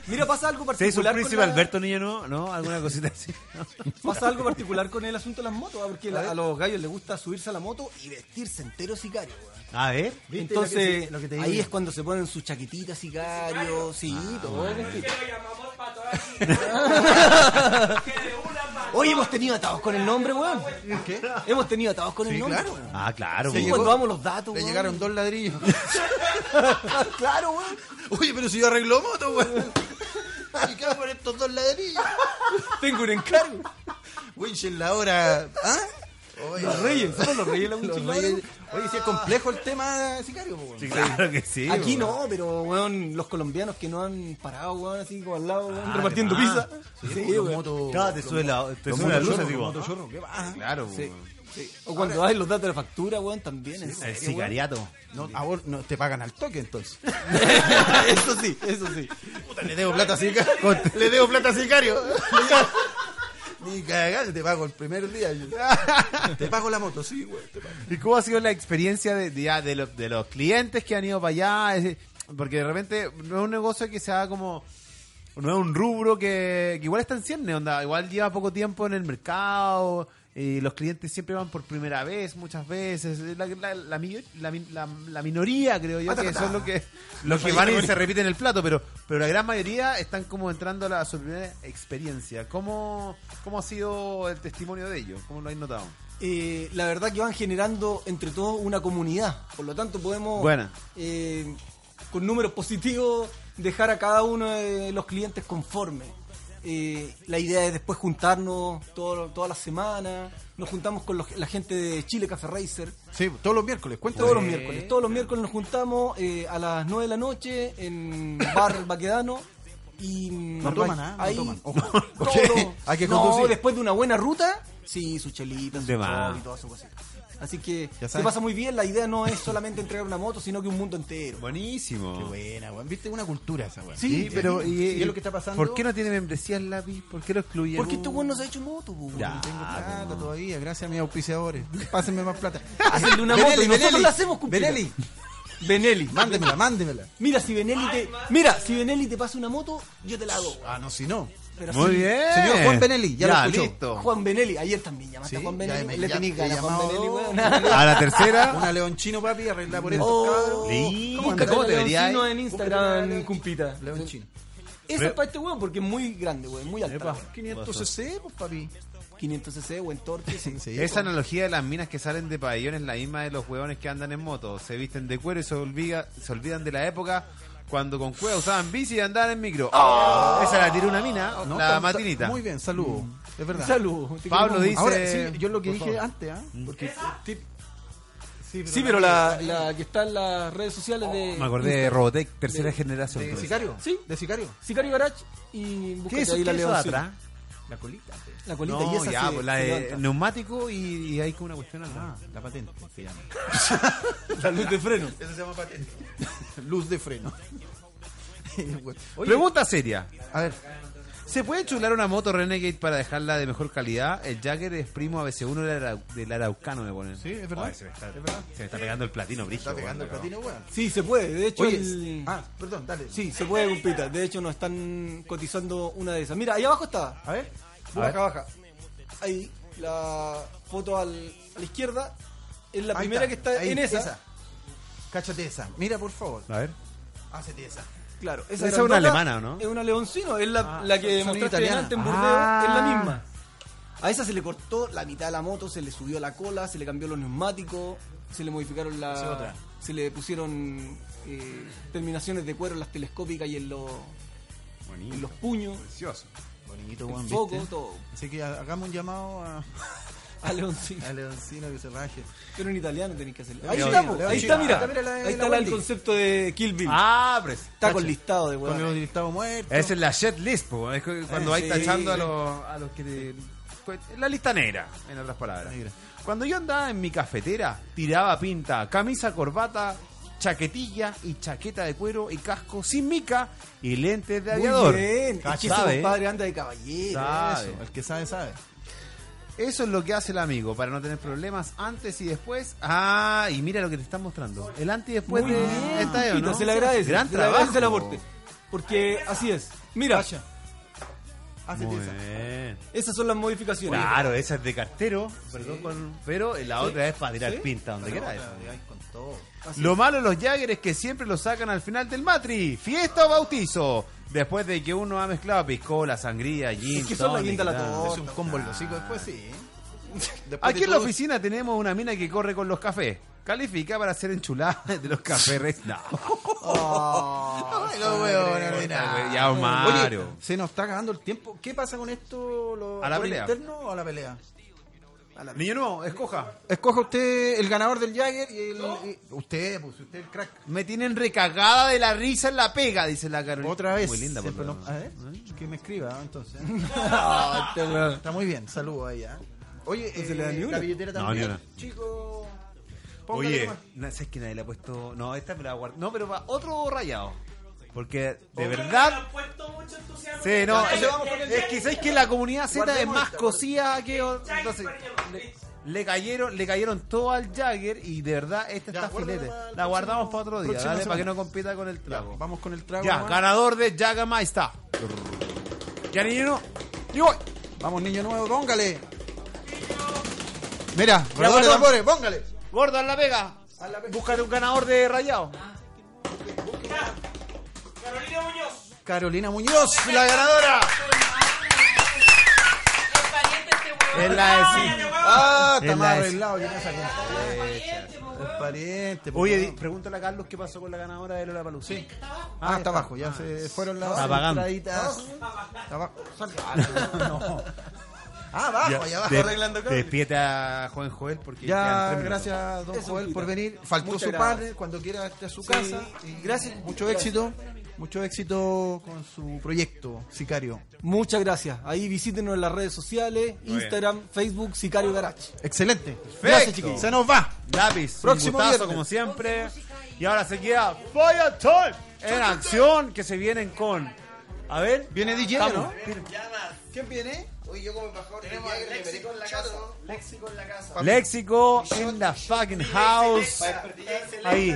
E: Mira, pasa algo
B: Se hizo un
E: particular.
B: príncipe
E: con la-
B: Alberto Niño Nuevo, ¿no? Alguna cosita así.
E: Pasa algo particular con el asunto de las motos, ¿ah? porque la- a, los gallos les gusta subirse a la moto y vestirse entero sicario. weón.
B: A ver.
A: ¿Viste lo que te-
E: Entonces,
A: lo que te digo Ah,
E: ahí
A: yo?
E: es cuando se ponen sus chaquetitas sicario, sí, todo. el
H: Que
E: estilo.
H: lo llamamos pato aquí. Que de una pato.
E: Oye, hemos tenido atados con el nombre, weón.
A: ¿Qué?
E: Hemos tenido atados con el
A: Sí,
E: nombre.
A: claro.
E: weón.
B: Ah, claro.
E: Sí,
B: po.
E: cuando damos los datos,
A: Le
E: weón.
A: llegaron dos ladrillos.
E: claro, weón.
A: Oye, pero si yo arreglo moto, weón. ¿Y qué por estos dos ladrillos?
E: Tengo un encargo.
A: Winch en la hora. ¿Ah? Oye,
E: Los reyes, somos los reyes de la
A: los
E: Winchell,
A: reyes-
E: weón.
A: Oye, si es complejo el tema sicario, po, weón.
B: Sí, claro que sí.
E: Aquí
B: po.
E: no, pero weón, los colombianos que no han parado, weón, así como al lado, weón,
B: Ah,
E: repartiendo
B: de más.
E: pizza. Sí, weón.
B: Claro, Ah, te sube la, te sube la luz, así, po.
A: ¿qué pasa?
B: Claro, po.
E: O cuando das los datos de la factura, weón, también. en
B: El
E: serio, weón.
B: sicariato.
A: No, a vos no te pagan al toque entonces.
E: eso sí, eso sí.
A: Puta, le debo plata a sicario. le debo plata a sicario. Ni cagando, te pago el primer día. yo. Te pago la moto, sí, güey. te pago.
B: ¿Y cómo ha sido la experiencia de, de, ya de los- de los clientes que han ido para allá? Es decir, porque de repente no es un negocio que sea como... No es un rubro que, que igual está en cierne, onda. Igual lleva poco tiempo en el mercado y los clientes siempre van por primera vez, muchas veces. La, la- la mi- la mi- la- la minoría, creo yo, que son los que, los que van y se repiten el plato, pero, pero la gran mayoría están como entrando a, la, a su primera experiencia. ¿Cómo, ¿Cómo ha sido el testimonio de ellos? ¿Cómo lo habéis notado?
E: Eh, la verdad que van generando entre todos una comunidad. Por lo tanto, podemos,
B: Buena.
E: eh, con números positivos, dejar a cada uno de los clientes conforme. Eh, la idea es después juntarnos todo- todas las semanas. Nos juntamos con los- la gente de Chile Café Racer.
A: Sí, todos los miércoles, cuenta.
E: Todos los miércoles. Todos los miércoles nos juntamos eh, a las 9 de la noche en Bar Baquedano. Y
A: No toman, ¿ah? No
E: ahí
A: toman. Ojo.
E: todo-
A: Porque hay que
E: no,
A: conducir.
E: después de una buena ruta, sí, su chelita, su
B: De
E: chop
B: más.
E: y toda su cosita. Así que
A: Ya
E: se
A: sabes.
E: pasa muy bien. La idea no es solamente entregar una moto, sino que un mundo entero.
B: Buenísimo.
A: Buena, güey. Viste una cultura esa, güey.
B: Sí, pero y,
A: es lo que está pasando?
B: ¿Por qué no tiene membresía el lápiz? ¿Por qué lo excluyen?
E: Porque este weón no se ha hecho moto, po, weón.
B: Ya.
A: Tengo
B: Ah,
A: plata todavía, gracias a mis auspiciadores. Pásenme más plata.
E: Hacerle una moto y nosotros la hacemos cumplir.
A: Benelli,
E: Benelli.
A: mándemela, mándemela.
E: Mira, si Benelli te, mira, si Benelli te pasa una moto, yo te la hago.
A: Ah, no, si no.
E: Pero
B: Muy
E: sí,
B: bien.
A: Señor Juan Benelli, ya lo escuchó.
B: listo.
E: Juan Benelli, ayer también llamaste a
A: Sí, ya
E: Juan Benelli.
A: me-
E: Le
A: ya te
E: tenés
A: he
E: ganas a Juan
A: llamado.
E: Benelli, weón.
B: A la tercera.
A: Una Leonchino, papi, arregla por eso,
E: Oh,
B: Sí.
E: ¿Cómo,
B: ¿Cómo
E: ¿Cómo
B: te vería
E: Leoncino
B: ahí?
E: en
A: Búscale a
E: Instagram,
A: Leoncino.
E: Cumpita.
A: cabrón. Leonchino.
E: Eso es para este weón porque es muy grande, weón. Muy alto.
B: Epa.
E: weón.
A: 500 cc, pues, papi.
E: 500 cc, buen torque. sí.
B: Esa analogía de las minas que salen de pabellones es la misma de los huevones que andan en moto. Se visten de cuero y se, olvida- se olvidan de la época cuando con cueva usaban bici y andaban en micro. Esa la tiró una mina,
A: No,
B: la
A: está- está-
B: matinita.
A: Muy bien, saludo. Es verdad.
E: Salud. te
B: Pablo
E: queremos
B: dice-
A: Ahora, sí, yo lo que
B: Por
A: dije
B: favor.
A: antes, ¿ah? Porque tip-
E: mucho. Sí, pero la, la que está en las redes sociales de.
B: Oh, Me acordé de Robotech, tercera generación.
A: ¿De
B: pues.
A: sicario?
E: Sí.
A: ¿De sicario?
E: Sicario Garage y busca
B: ¿Qué es eso?
E: ahí la
B: ¿Qué es eso de
E: Leoncino.
B: atrás?
I: La colita. pues.
E: La colita
B: No,
E: y esa
B: ya,
E: se-
B: pues, la
E: se
B: de
E: levanta.
B: neumático y, y hay como una cuestión acá. la patente se llama.
E: La luz de freno.
A: Eso se llama patente.
I: Luz de freno. Oye,
B: Pregunta seria.
I: a ver,
B: ¿Se puede chular una moto Renegade para dejarla de mejor calidad? El Jagger es primo ABC1 del, Arau- del Araucano, me ponen.
I: Sí, es verdad.
B: Ay, se, me está, se me está pegando el platino, brillo.
A: Está pegando el platino, weón.
E: Sí, se puede. De hecho, el-
A: Ah, perdón, dale.
E: sí, se puede, compita. De hecho, nos están cotizando una de esas. Mira, ahí abajo está.
A: A ver.
E: Baja, baja. Ahí, la foto al- a la izquierda. Es la
A: Ahí
E: primera que está
A: ahí,
E: en esa.
A: Cáchate esa. Mira, por favor.
B: A ver.
A: Hácete esa.
E: Claro,
B: Esa es una
E: grandota
B: alemana, ¿o no?
E: Es una leoncino, es la, la que
A: son
E: mostraste
A: italianas.
E: delante en Burdeos,
B: Ah.
E: es la misma. A esa se le cortó la mitad de la moto, se le subió la cola, se le cambió los neumáticos, se le modificaron la.
A: otra.
E: Se le pusieron eh, terminaciones de cuero en las telescópicas y en los, en los puños,
B: Precioso.
A: Bonito,
E: el
A: weón.
E: foco,
A: ¿viste?
E: todo.
A: Así que ha- hagamos un llamado a,
E: A leoncino.
A: a Leoncino que se raje.
E: Pero en italiano tenés que hacerlo. Ahí
A: Leoncino,
E: está, po, ahí
A: Leoncino.
E: está, mira.
A: Ah, mira la-
E: Ahí
A: la
E: está la- el
A: Wendy.
E: concepto de Kill Bill.
B: Ah, pres.
E: está con listado de
A: Con
E: huevo.
A: el listado muerto.
B: Esa es la shit list, po. es que cuando
E: Eh,
B: vais
E: sí.
B: tachando a los, a los que... te- La lista negra, en otras palabras.
A: Negra.
B: Cuando yo andaba en mi cafetera, tiraba pinta, camisa, corbata, chaquetilla y chaqueta de cuero y casco sin mica y lentes de aviador.
E: Muy bien. Es que ese
B: Sabe,
E: compadre anda de caballero.
B: sabe.
A: Eso, El que sabe, sabe.
B: Eso es lo que hace el amigo, para no tener problemas antes y después. Ah, y mira lo que te están mostrando. El antes y después
E: Muy
B: de
E: bien,
B: esta era,
E: Tito,
B: ¿no?
E: Se le agradece.
B: Gran
E: se le
B: trabajo.
E: agradece el aporte. Porque así es. Mira,
A: Hácete
B: Muy
A: esa.
B: bien.
E: esas son las modificaciones.
B: Claro, esa es de cartero, perdón, con- pero la otra es para tirar
E: Sí.
B: pinta donde
A: Pero
B: quiera.
A: otra, ahí con todo.
B: Lo malo de los Jagger es que siempre lo sacan al final del matri, fiesta o bautizo. Después de que uno ha mezclado piscola, sangría, gin,
E: Es que son la
B: tonic,
E: guinda la
B: nada.
E: torta.
A: Es un combo en los hijos después, sí. Después
B: Aquí
A: de
B: en la
A: todo-
B: oficina tenemos una mina que corre con los cafés. Califica para ser enchulada de los cafés. Res- No.
A: Ay, los huevones, mira.
B: Ya, Mario.
A: Oye, se nos está acabando el tiempo. ¿Qué pasa con esto? lo-
B: A la
A: por
B: pelea.
A: interno o a la pelea?
B: Niño no, escoja.
A: Escoja usted el ganador del Jagger y el. y- usted, pues usted el crack.
B: Me tienen recagada de la risa en la pega, dice la Carolina.
A: Otra vez.
B: Muy linda, por
A: Siempre
B: lo
A: no-
B: menos.
A: a ver, que me escriba ¿no? entonces. Ah, este weón. Está muy bien, saludos ahí. ¿eh? Oye,
E: se
A: eh,
E: le da ni una.
A: la billetera
B: No,
A: también.
B: ni una.
A: Chico, póngale
B: Oye,
A: nomás.
B: no, ¿sabes que nadie le ha puesto? No, esta me la guardo. No, pero va otro rayado. Porque de verdad. Sí, no, es, es que sabéis que la comunidad Z es
A: Guardemos
B: más
A: esta,
B: cocida que o- entonces, le, le cayeron, le cayeron todo al Jagger y de verdad esta
A: Ya,
B: está
A: guárdala
B: filete.
A: para el
B: La guardamos para
A: próximo-
B: otro día,
A: próxima
B: dale, para que
A: semana.
B: no compita con el trago.
A: Vamos con el trago.
B: ya,
A: nomás.
B: ganador de Jagamai está. Ya niño, y voy.
A: Vamos, niño nuevo, póngale. Mira, redoble
B: guardó.
A: de tambores, póngale.
B: Gordo, a la pega. Búscate un ganador de rayado.
A: Ah,
J: Carolina Muñoz.
A: Carolina Muñoz,
B: La ganadora.
J: Es pariente este huevón.
B: Es la de sí.
J: Cállate, huevón.
A: Ah,
B: Es
A: está
B: la
A: más
B: de-
A: arreglado que en esa cuenta. El pariente. pues,
B: Oye, di-
A: weón.
B: pregúntale a Carlos qué pasó con la ganadora de Lola Palusa. Sí.
A: Ah, está abajo, ya se fueron las
B: Está apagando.
A: entraditas. Está abajo. Salga. Ah, no. Ah, abajo, allá abajo.
E: arreglando cables.
B: Despídete a Juan Joel porque quedan
A: Ya,
B: tres minutos.
A: gracias, don
E: Eso,
A: Joel,
E: Pita.
A: por venir. Faltó
E: Muchas
A: su
E: gracias.
A: padre, cuando quiera esté a su
E: Sí.
A: casa. Y
E: Gracias.
A: Mucho
E: Gracias.
A: éxito. Mucho éxito con su proyecto, Sicario.
E: Muchas gracias. Ahí visítenos en las redes sociales, Instagram, Facebook, Sicario Garage.
A: Excelente.
B: Perfecto.
A: Gracias, chiquillos. Se nos va.
B: Lápiz,
A: Próximo
B: un gustazo
A: viernes.
B: como siempre. Y ahora se queda Fire Time en acción que se vienen con. A ver.
A: Viene DJ,
B: Vamos.
A: ¿no? ¿Quién viene? Hoy yo como embajador. Tenemos a Léxico en la casa. Léxico en la casa.
B: Léxico in the fucking house. Ahí.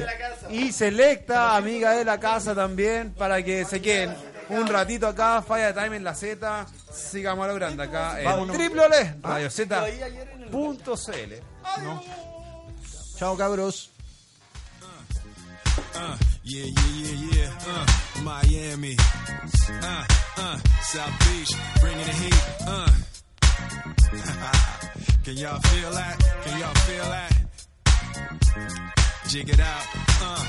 B: Y selecta, amiga de la casa también, para que se queden un ratito acá, Falla Time en la Z. Sigamos a lo grande acá en
A: Vámonos.
B: triple radiozeta.cl.
A: Chao, cabros.
F: Uh, yeah, yeah, yeah, yeah. Uh, Miami. Uh, uh, South Beach, bringing the heat. Uh. Can y'all feel that? Can y'all feel that? Jig it out. Uh.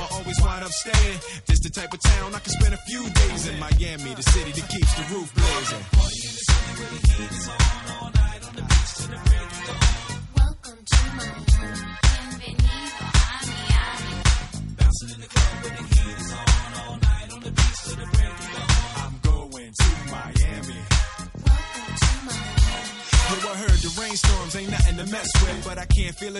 F: I always wind up staying. This the type of town I can spend a few days in Miami, the city that keeps the roof blazing. I'm going to Miami. Yo, I heard the rainstorms ain't nothing to mess with, but I can't feel a